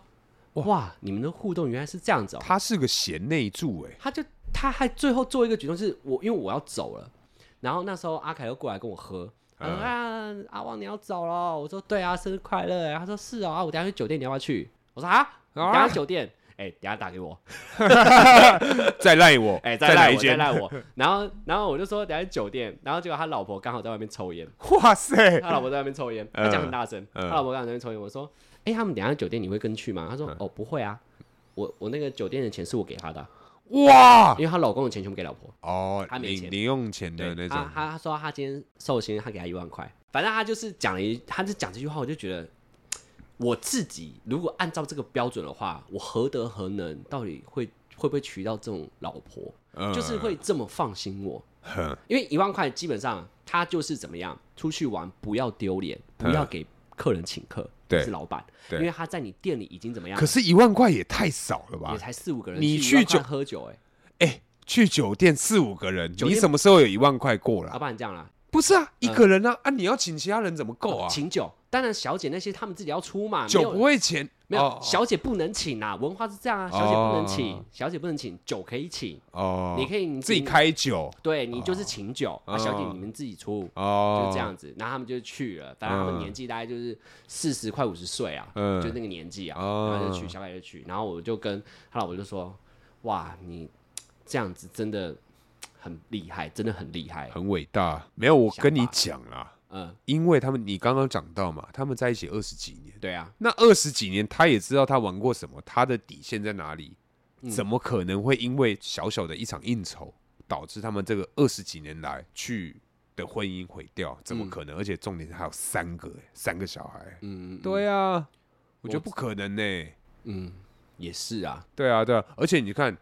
Speaker 2: 哇你们的互动原来是这样子哦。
Speaker 1: 他是个贤内助、哎，
Speaker 2: 他就他还最后做一个举动，是我因为我要走了，然后那时候阿凯又过来跟我喝，他说啊，阿旺你要走了，我说对啊，生日快乐欸。他说是哦，啊，我等一下去酒店，你要不要去？我说啊，你等一下去酒店，哎，等一下打给我，
Speaker 1: 再赖我，
Speaker 2: 哎，
Speaker 1: 再
Speaker 2: 再赖
Speaker 1: 一
Speaker 2: 我，再
Speaker 1: 间，
Speaker 2: 赖我。然后，然后我就说等一下去酒店，然后结果他老婆刚好在外面抽烟，
Speaker 1: 哇塞，
Speaker 2: [laughs] 他老婆在外面抽烟，
Speaker 1: 嗯
Speaker 2: 他讲很大声，
Speaker 1: 嗯
Speaker 2: 他老婆刚好在外面抽烟。我说，哎，他们等一下去酒店你会跟去吗？他
Speaker 1: 嗯
Speaker 2: 说哦，不会啊。我我那个酒店的钱是我给他的啊，
Speaker 1: 哇，
Speaker 2: 因为她老公的钱全部给老婆。
Speaker 1: 哦，
Speaker 2: 他没
Speaker 1: 零
Speaker 2: 钱
Speaker 1: 零用钱的
Speaker 2: 对，
Speaker 1: 那
Speaker 2: 啊
Speaker 1: 种
Speaker 2: 他，他他说他今天寿星，他给他一万块，反正他就是讲了一，他就讲这句话，我就觉得我自己如果按照这个标准的话，我何德何能，到底会会不会娶到这种老婆，
Speaker 1: 嗯
Speaker 2: 就是会这么放心我？
Speaker 1: 哼
Speaker 2: 因为一万块基本上他就是怎么样，出去玩不要丢脸，不要给客人请客，
Speaker 1: 对
Speaker 2: 是老板，
Speaker 1: 对
Speaker 2: 因为他在你店里已经怎么样
Speaker 1: 可，是，一万块也太少了
Speaker 2: 也
Speaker 1: 吧？
Speaker 2: 才四五个人，
Speaker 1: 你
Speaker 2: 去
Speaker 1: 去
Speaker 2: 1
Speaker 1: 酒
Speaker 2: 万块喝酒、欸，
Speaker 1: 哎，去酒店四五个人，
Speaker 2: 酒
Speaker 1: 你
Speaker 2: 店嗯
Speaker 1: 什么时候有一万块过
Speaker 2: 哎，要
Speaker 1: 了？
Speaker 2: 不然这样啦，
Speaker 1: 不是啊，一个人啊，啊，你要请其他人怎么够啊？
Speaker 2: 请酒。当然，小姐那些他们自己要出嘛，啊没
Speaker 1: 酒
Speaker 2: 有
Speaker 1: 不会钱，
Speaker 2: 没有
Speaker 1: 哦，
Speaker 2: 小姐不能请啊，文化是这样啊，小姐不能
Speaker 1: 哦
Speaker 2: 请，小姐不能请，酒可以请，
Speaker 1: 哦，
Speaker 2: 你可以
Speaker 1: 自己，开酒
Speaker 2: 你对你就是请酒啊，小姐
Speaker 1: 哦
Speaker 2: 你们自己出，
Speaker 1: 哦，
Speaker 2: 就这，样子，然后他们就去了，反正他们年纪大概就是四十快五十岁啊，
Speaker 1: 嗯
Speaker 2: 就那个年纪啊，
Speaker 1: 哦
Speaker 2: 然后就去，小凯就去，然后我就跟他老婆就说，哇，你这样子真的很厉害，真的很厉害，
Speaker 1: 很伟大。没有，我
Speaker 2: 想
Speaker 1: 跟你
Speaker 2: 法
Speaker 1: 讲啦，
Speaker 2: 嗯，
Speaker 1: 因为他们你刚刚讲到嘛，他们在一起二十几年，
Speaker 2: 对啊，
Speaker 1: 那二十几年他也知道他玩过什么，他的底线在哪里，
Speaker 2: 嗯
Speaker 1: 怎么可能会因为小小的一场应酬，导致他们这个二十几年来去的婚姻毁掉？怎么可能？而且重点是还有三个、欸，三个小孩。
Speaker 2: 嗯
Speaker 1: 对啊，我觉得
Speaker 2: 我
Speaker 1: 不可能呢、
Speaker 2: 嗯，也是啊，
Speaker 1: 对啊，对啊，而且你看，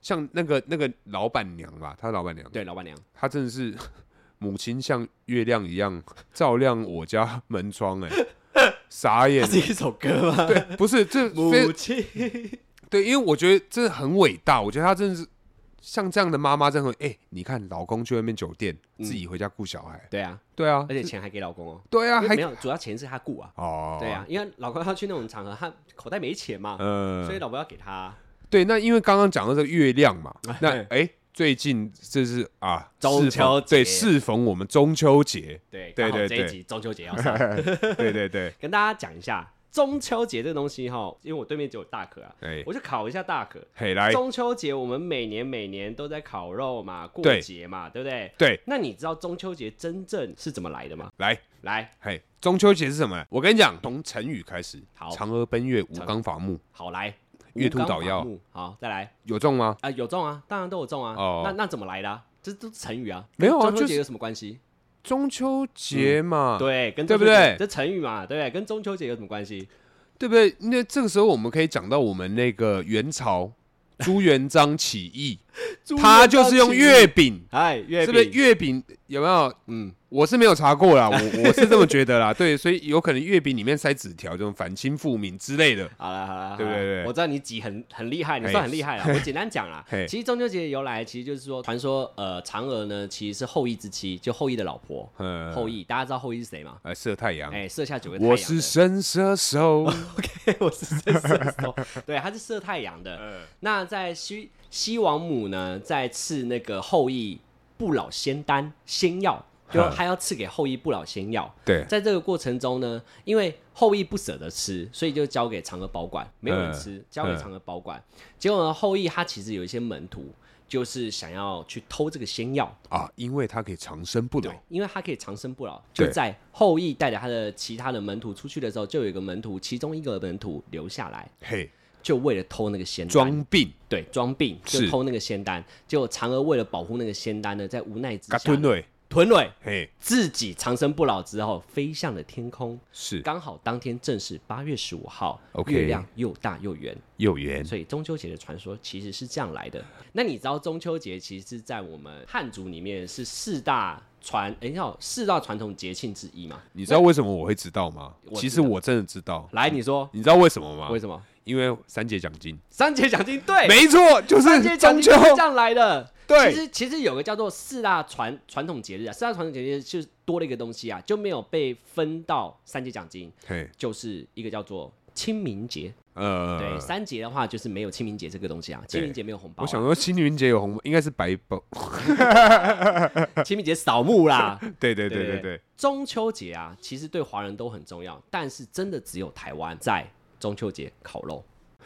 Speaker 1: 像那个那个老板娘吧，她老板娘，
Speaker 2: 对，老板娘，
Speaker 1: 她真的是 [laughs] 母亲像月亮一样照亮我家门窗、哎，傻眼
Speaker 2: 这。是一首
Speaker 1: [laughs]
Speaker 2: 歌吗？
Speaker 1: 对，不是这非
Speaker 2: 母亲，
Speaker 1: 对，因为我觉得这很伟大，我觉得她真的是像这样的妈妈，真的很哎、你看老公去外面酒店，自己回家顾小孩，
Speaker 2: 嗯对啊，
Speaker 1: 对啊，
Speaker 2: 而且钱还给老公哦。
Speaker 1: 对啊，
Speaker 2: 因为
Speaker 1: 还
Speaker 2: 没有，主要钱是他雇啊。
Speaker 1: 哦，
Speaker 2: 对，啊，因为老公要去那种场合，他口袋没钱嘛，
Speaker 1: 嗯、
Speaker 2: 所以老婆要给他。
Speaker 1: 对，那因为刚刚讲到这个月亮嘛，那
Speaker 2: 对
Speaker 1: 哎、最近这是啊，
Speaker 2: 中
Speaker 1: 适逢
Speaker 2: 秋节
Speaker 1: 对，适逢我们中秋
Speaker 2: [laughs]
Speaker 1: 节，
Speaker 2: 对，
Speaker 1: 对
Speaker 2: 刚好
Speaker 1: 对
Speaker 2: 这
Speaker 1: 对
Speaker 2: 一集中
Speaker 1: [laughs]
Speaker 2: 秋节要上，
Speaker 1: 对对对，
Speaker 2: 跟大家讲一下中秋节这东西哈，因为我对面只有大可啊，
Speaker 1: 哎、
Speaker 2: 我就考一下大可。
Speaker 1: 嘿来，
Speaker 2: 中秋节我们每年每年都在烤肉嘛，过
Speaker 1: 对
Speaker 2: 节嘛，对不对？
Speaker 1: 对
Speaker 2: 那你知道中秋节真正是怎么来的吗？
Speaker 1: 来，
Speaker 2: 来，
Speaker 1: 嘿，中秋节是什么？我跟你讲，从成语开始，
Speaker 2: 好
Speaker 1: 嫦娥奔月，吴刚伐木，
Speaker 2: 好来，
Speaker 1: 月兔
Speaker 2: 吴刚
Speaker 1: 捣
Speaker 2: 伐
Speaker 1: 药
Speaker 2: 木，好，再来
Speaker 1: 有中吗？
Speaker 2: 啊，有中啊，当然都有中啊。
Speaker 1: 哦
Speaker 2: 那那怎么来的啊？这都是成语啊，
Speaker 1: 没有啊
Speaker 2: 跟中
Speaker 1: 就
Speaker 2: 秋节
Speaker 1: 是
Speaker 2: 有什么关系？
Speaker 1: 中秋节嘛，
Speaker 2: 对，跟
Speaker 1: 嗯对
Speaker 2: 中
Speaker 1: 不
Speaker 2: 秋节
Speaker 1: 对
Speaker 2: 这成语嘛，对不对？跟中秋节有什么关系？
Speaker 1: 对不对？那这个时候我们可以讲到我们那个元朝朱元璋起
Speaker 2: [laughs]
Speaker 1: 义，他就是用月，饼，
Speaker 2: 哎，月
Speaker 1: 是不是？
Speaker 2: 饼，
Speaker 1: 月饼有没有？
Speaker 2: 嗯，
Speaker 1: 我是没有查过啦，我我是这么觉得
Speaker 2: [laughs]
Speaker 1: 啦。对，所以有可能月饼里面塞纸条，这种反清复明之类
Speaker 2: [laughs]
Speaker 1: 的。
Speaker 2: 好了好了，好啦
Speaker 1: 对对对
Speaker 2: 我知道你挤很很厉害，你
Speaker 1: 嘿
Speaker 2: 算很厉害了。我简单讲啦
Speaker 1: 嘿，
Speaker 2: 其实中秋节的由来其实就是说，传说呃嫦娥呢其实是后羿之妻，就后羿的老婆，
Speaker 1: 嗯，
Speaker 2: 后羿大家知道后羿是谁吗？
Speaker 1: 呃，射太阳，
Speaker 2: 哎，射下九个太阳
Speaker 1: 我
Speaker 2: 的，
Speaker 1: 是
Speaker 2: [laughs]
Speaker 1: 神射手。
Speaker 2: 我是射手， [laughs] 对，他是射太阳的。
Speaker 1: 嗯
Speaker 2: 那在西西王母呢，在赐那个后羿不老仙丹仙药，就
Speaker 1: 嗯
Speaker 2: 还要赐给后羿不老仙药。
Speaker 1: 对，
Speaker 2: 在这个过程中呢，因为后羿不舍得吃，所以就交给嫦娥保管，没有
Speaker 1: 嗯
Speaker 2: 人吃，交给嫦娥保管。结果呢，后羿他其实有一些门徒，就是想要去偷这个仙药，
Speaker 1: 啊，因为它可以长生不老
Speaker 2: 对。，因为他可以长生不老。
Speaker 1: 对
Speaker 2: 就在后羿带着他的其他的门徒出去的时候，就有一个门徒，其中一个门徒留下来，
Speaker 1: 嘿，
Speaker 2: 就为了偷那个仙丹，
Speaker 1: 装病，
Speaker 2: 对装病，就是偷那个仙丹。结果嫦娥为了保护那个仙丹呢，在无奈之
Speaker 1: 嘎
Speaker 2: 下，
Speaker 1: 吞瑞，
Speaker 2: 吞蕊
Speaker 1: 嘿，
Speaker 2: 自己长生不老之后，飞向了天空。
Speaker 1: 是
Speaker 2: 刚好当天正是八月十五号
Speaker 1: OK
Speaker 2: 月亮又大又圆，
Speaker 1: 有缘。
Speaker 2: 所以中秋节的传说其实是这样来的。那你知道中秋节其实是在我们汉族里面是四大传，哎，要四大传统节庆之一嘛？
Speaker 1: 你知道为什么我会知道吗？
Speaker 2: 我
Speaker 1: 其
Speaker 2: 知
Speaker 1: 实
Speaker 2: 道
Speaker 1: 我真的知道。
Speaker 2: 来，你说
Speaker 1: 你知道为什么吗？
Speaker 2: 为什么？
Speaker 1: 因为三节奖金，
Speaker 2: 三节奖金对，
Speaker 1: 没错，就
Speaker 2: 哎三
Speaker 1: 是
Speaker 2: 节
Speaker 1: 中
Speaker 2: 奖
Speaker 1: 秋
Speaker 2: 金是这样来的。
Speaker 1: 对
Speaker 2: 其实其实有个叫做四大传传统节日啊，四大传统节日就是多了一个东西啊，就没有被分到三节奖金，
Speaker 1: 嘿，
Speaker 2: 就是一个叫做清明节。
Speaker 1: 呃，
Speaker 2: 对，三节的话就是没有清明节这个东西啊，清明节没有红包啊、
Speaker 1: 我想说清明节有红包，应该是白包。
Speaker 2: [laughs] 清明节扫墓啦。 [laughs]
Speaker 1: [laughs] 对对对
Speaker 2: 对
Speaker 1: 对对，
Speaker 2: 中秋节啊，其实对华人都很重要，但是真的只有台湾在中秋节烤肉，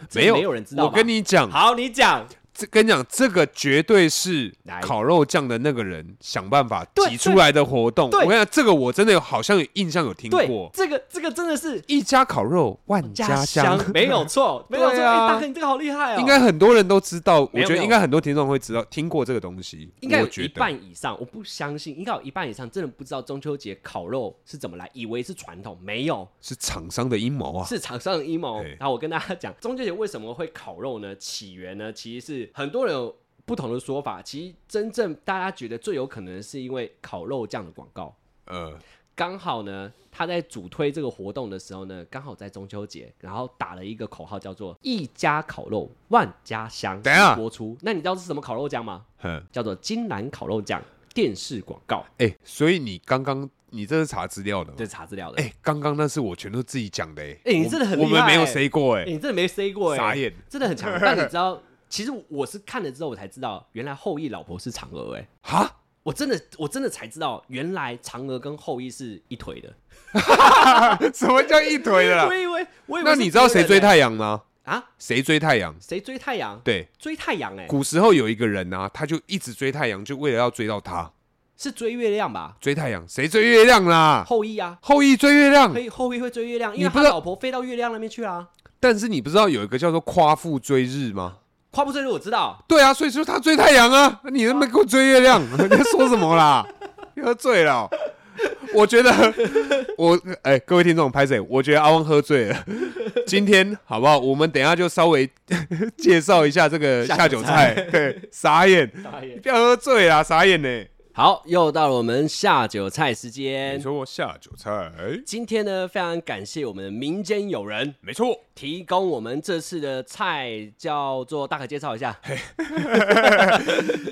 Speaker 2: 这
Speaker 1: 没有
Speaker 2: 没有人知道吧。
Speaker 1: 我跟你讲，
Speaker 2: 好，你讲，
Speaker 1: 这跟你讲，这个绝对是
Speaker 2: 来
Speaker 1: 烤肉酱的那个人想办法
Speaker 2: 对
Speaker 1: 挤出来的活动。我
Speaker 2: 对
Speaker 1: 跟你讲，这个我真的有好像有印象有听
Speaker 2: 对
Speaker 1: 过，，
Speaker 2: 这个这个真的是
Speaker 1: 一家烤肉万家香，
Speaker 2: [laughs]
Speaker 1: [laughs]
Speaker 2: 没有错，没有错。
Speaker 1: 对啊
Speaker 2: 哎大哥，你这个好厉害哦，
Speaker 1: 应该很多人都知道。我
Speaker 2: 没有
Speaker 1: 觉
Speaker 2: 没
Speaker 1: 得
Speaker 2: 有
Speaker 1: 应该很多听众会知道听过这个东西，
Speaker 2: 应该有
Speaker 1: 我觉
Speaker 2: 一
Speaker 1: 得
Speaker 2: 半以上，我不相信，应该有一半以上真的不知道中秋节烤肉是怎么来，以为是传统，没有，
Speaker 1: 是厂商的阴谋啊。
Speaker 2: 是厂商的阴谋
Speaker 1: 对。
Speaker 2: 然后我跟大家讲，中秋节为什么会烤肉呢？起源呢，其实是很多人有不同的说法。其实真正大家觉得最有可能是因为烤肉酱的广告，
Speaker 1: 呃，
Speaker 2: 刚好呢，他在主推这个活动的时候呢，刚好在中秋节，然后打了一个口号叫做“一家烤肉万家香”。
Speaker 1: 等一下
Speaker 2: 播出，那你知道是什么烤肉酱吗？
Speaker 1: 哼，
Speaker 2: 叫做金兰烤肉酱电视广告。
Speaker 1: 哎、所以你刚刚你这是查资料的吗
Speaker 2: 这？是查资料的。
Speaker 1: 哎、刚刚那是我全都自己讲的哎、
Speaker 2: 哎你
Speaker 1: 我
Speaker 2: 真的很厉
Speaker 1: 我们没有
Speaker 2: 害
Speaker 1: say 过哎、
Speaker 2: 欸你真的没 say 过哎、
Speaker 1: 傻眼，
Speaker 2: 真的很强。但你知道，其实我是看了之后我才知道，原来后羿老婆是嫦娥哎、
Speaker 1: 哈，
Speaker 2: 我真的，我真的才知道，原来嫦娥跟后羿是一腿的。
Speaker 1: [laughs] 什么叫一腿的啦
Speaker 2: 我？以为，我以为
Speaker 1: 啊那
Speaker 2: 是
Speaker 1: 你知道谁追
Speaker 2: 一堆人
Speaker 1: 太阳吗？
Speaker 2: 欸啊？
Speaker 1: 谁追太阳？
Speaker 2: 谁追太阳？
Speaker 1: 对，
Speaker 2: 追太阳哎、
Speaker 1: 古时候有一个人啊，他就一直追太阳，就为了要追到他。
Speaker 2: 是追月亮吧？
Speaker 1: 追太阳，谁追月亮啦？
Speaker 2: 后羿啊，
Speaker 1: 后羿追月亮
Speaker 2: 可，以后羿会追月
Speaker 1: 嗯
Speaker 2: 亮，
Speaker 1: 你
Speaker 2: 因为
Speaker 1: 不
Speaker 2: 他
Speaker 1: 知道
Speaker 2: 老婆飞到月亮那边去啦、啊。
Speaker 1: 但是你不知道有一个叫做夸父追日吗？
Speaker 2: 夸不追日我知道，
Speaker 1: 对啊，所以说他追太阳啊，你他妈给我追月亮， [laughs] 你在说什么 [laughs] 啦？你喝醉了哦、我觉得我哎、各位听众拍谁？我觉得阿汪喝醉了。今天好不好？我们等一下就稍微 [laughs] 介绍一下这个下
Speaker 2: 下
Speaker 1: 酒
Speaker 2: 酒
Speaker 1: 菜。 [laughs] 对，傻眼，你不要喝醉啦，傻眼呢、
Speaker 2: 好，又到了我们下酒菜时间
Speaker 1: 没。错，下酒菜，
Speaker 2: 今天呢，非常感谢我们的民间友人
Speaker 1: 没错，
Speaker 2: 提供我们这次的菜，叫做大可介绍一下。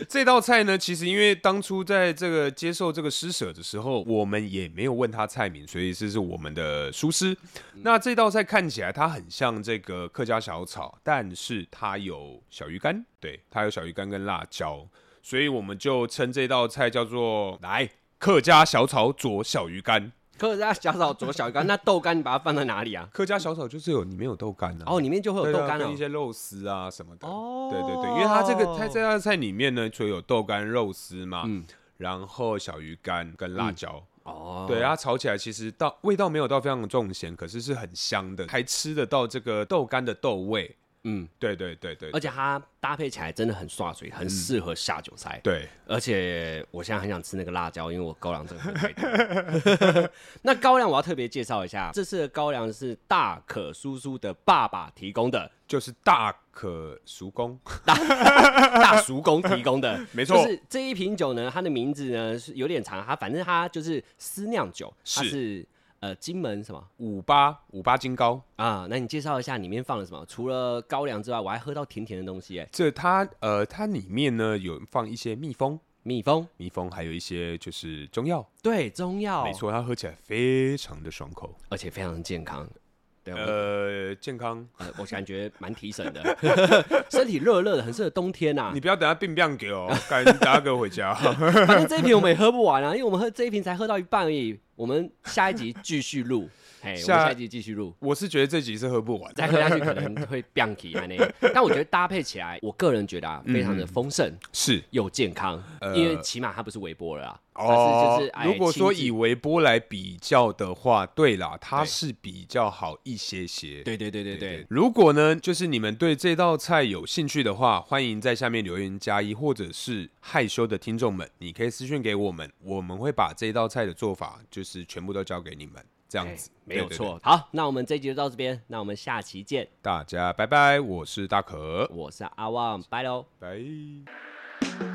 Speaker 1: 这道菜呢，其实因为当初在这个接受这个施舍的时候，我们也没有问他菜名，所以这是我们的疏失。
Speaker 2: 嗯
Speaker 1: 那这道菜看起来它很像这个客家小炒，但是它有小鱼
Speaker 2: 哦
Speaker 1: 干，对，它有小鱼干跟辣椒，所以我们就称这道菜叫做来客家小炒佐小鱼干。
Speaker 2: 可是大家小炒左小
Speaker 1: [laughs]
Speaker 2: 鱼干，那豆干你把它放在哪里啊？
Speaker 1: 客家小炒就是有里面有豆干啊，
Speaker 2: 哦，里面就会有
Speaker 1: 对啊
Speaker 2: 豆干
Speaker 1: 跟
Speaker 2: 哦
Speaker 1: 一。些肉丝啊什么的。
Speaker 2: 哦
Speaker 1: 对对对，因为它这个它这道菜里面呢，除了有豆干、肉丝嘛，
Speaker 2: 嗯
Speaker 1: 然后小鱼干跟辣椒。
Speaker 2: 哦，
Speaker 1: 对，啊它炒起来其实到味道没有到非常重咸，可是是很香的，还吃得到这个豆干的豆味。
Speaker 2: 嗯，
Speaker 1: 对对对对
Speaker 2: 而且它搭配起来真的很刷嘴，很适合下酒菜。
Speaker 1: 对，
Speaker 2: 而且我现在很想吃那个辣椒，因为我高粱真的喝太多。
Speaker 1: [laughs]
Speaker 2: [laughs] 那高粱我要特别介绍一下，这次的高粱是大可叔叔的爸爸提
Speaker 1: [laughs]
Speaker 2: 供的，
Speaker 1: 就是大可熟工，
Speaker 2: 大叔公提供的，
Speaker 1: 没错
Speaker 2: 就是这一瓶酒呢，它的名字呢是有点长，它反正它就是私酿酒，它
Speaker 1: 是
Speaker 2: 是呃金门什么
Speaker 1: 五八五八金糕。
Speaker 2: 啊？那你介绍一下里面放了什么？除了高粱之外，我还喝到甜甜的东西、哎，
Speaker 1: 这它呃，它里面呢有放一些蜜蜂，
Speaker 2: 蜜蜂，
Speaker 1: 蜜蜂还有一些就是中药，
Speaker 2: 对，中药，
Speaker 1: 没，错，它喝起来非常的爽口。
Speaker 2: 而且非常健康。对，我、
Speaker 1: 呃，健康，
Speaker 2: 呃我感觉蛮提神的， [laughs] 身体热热的，很适合冬天啊呐、
Speaker 1: 你不要等下病病给我， [laughs] 赶紧打给我回家。 [laughs]
Speaker 2: 反正这一瓶我们也喝不完啊，因为我们喝这一瓶才喝到一半而已。我们下一集继续录，哎，我们
Speaker 1: 下
Speaker 2: 下一集继续录。
Speaker 1: 我是觉得这集是喝不完，
Speaker 2: 再喝下去可能会变体啊那。
Speaker 1: [laughs]
Speaker 2: 但我觉得搭配起来，我个人觉得啊，非常的丰盛
Speaker 1: 是
Speaker 2: 又健康，
Speaker 1: 嗯呃
Speaker 2: 因为起码它不是微波了啊，它
Speaker 1: 哦。
Speaker 2: 是就是哎
Speaker 1: 如果说
Speaker 2: 亲自
Speaker 1: 以微波来比较的话，对啦，它
Speaker 2: 对
Speaker 1: 是比较好一些些。
Speaker 2: 对对对对对，
Speaker 1: 如果呢，就是你们对这道菜有兴趣的话，欢迎在下面留言加一，或者是害羞的听众们，你可以私讯给我们，我们会把这道菜的做法就是全部都交给你们，这样
Speaker 2: 哎
Speaker 1: 子
Speaker 2: 没有
Speaker 1: 对对对
Speaker 2: 错。好，那我们这一集就到这边，那我们下期见。
Speaker 1: 大家拜拜，我是大可，
Speaker 2: 我是阿旺，拜喽。
Speaker 1: 拜。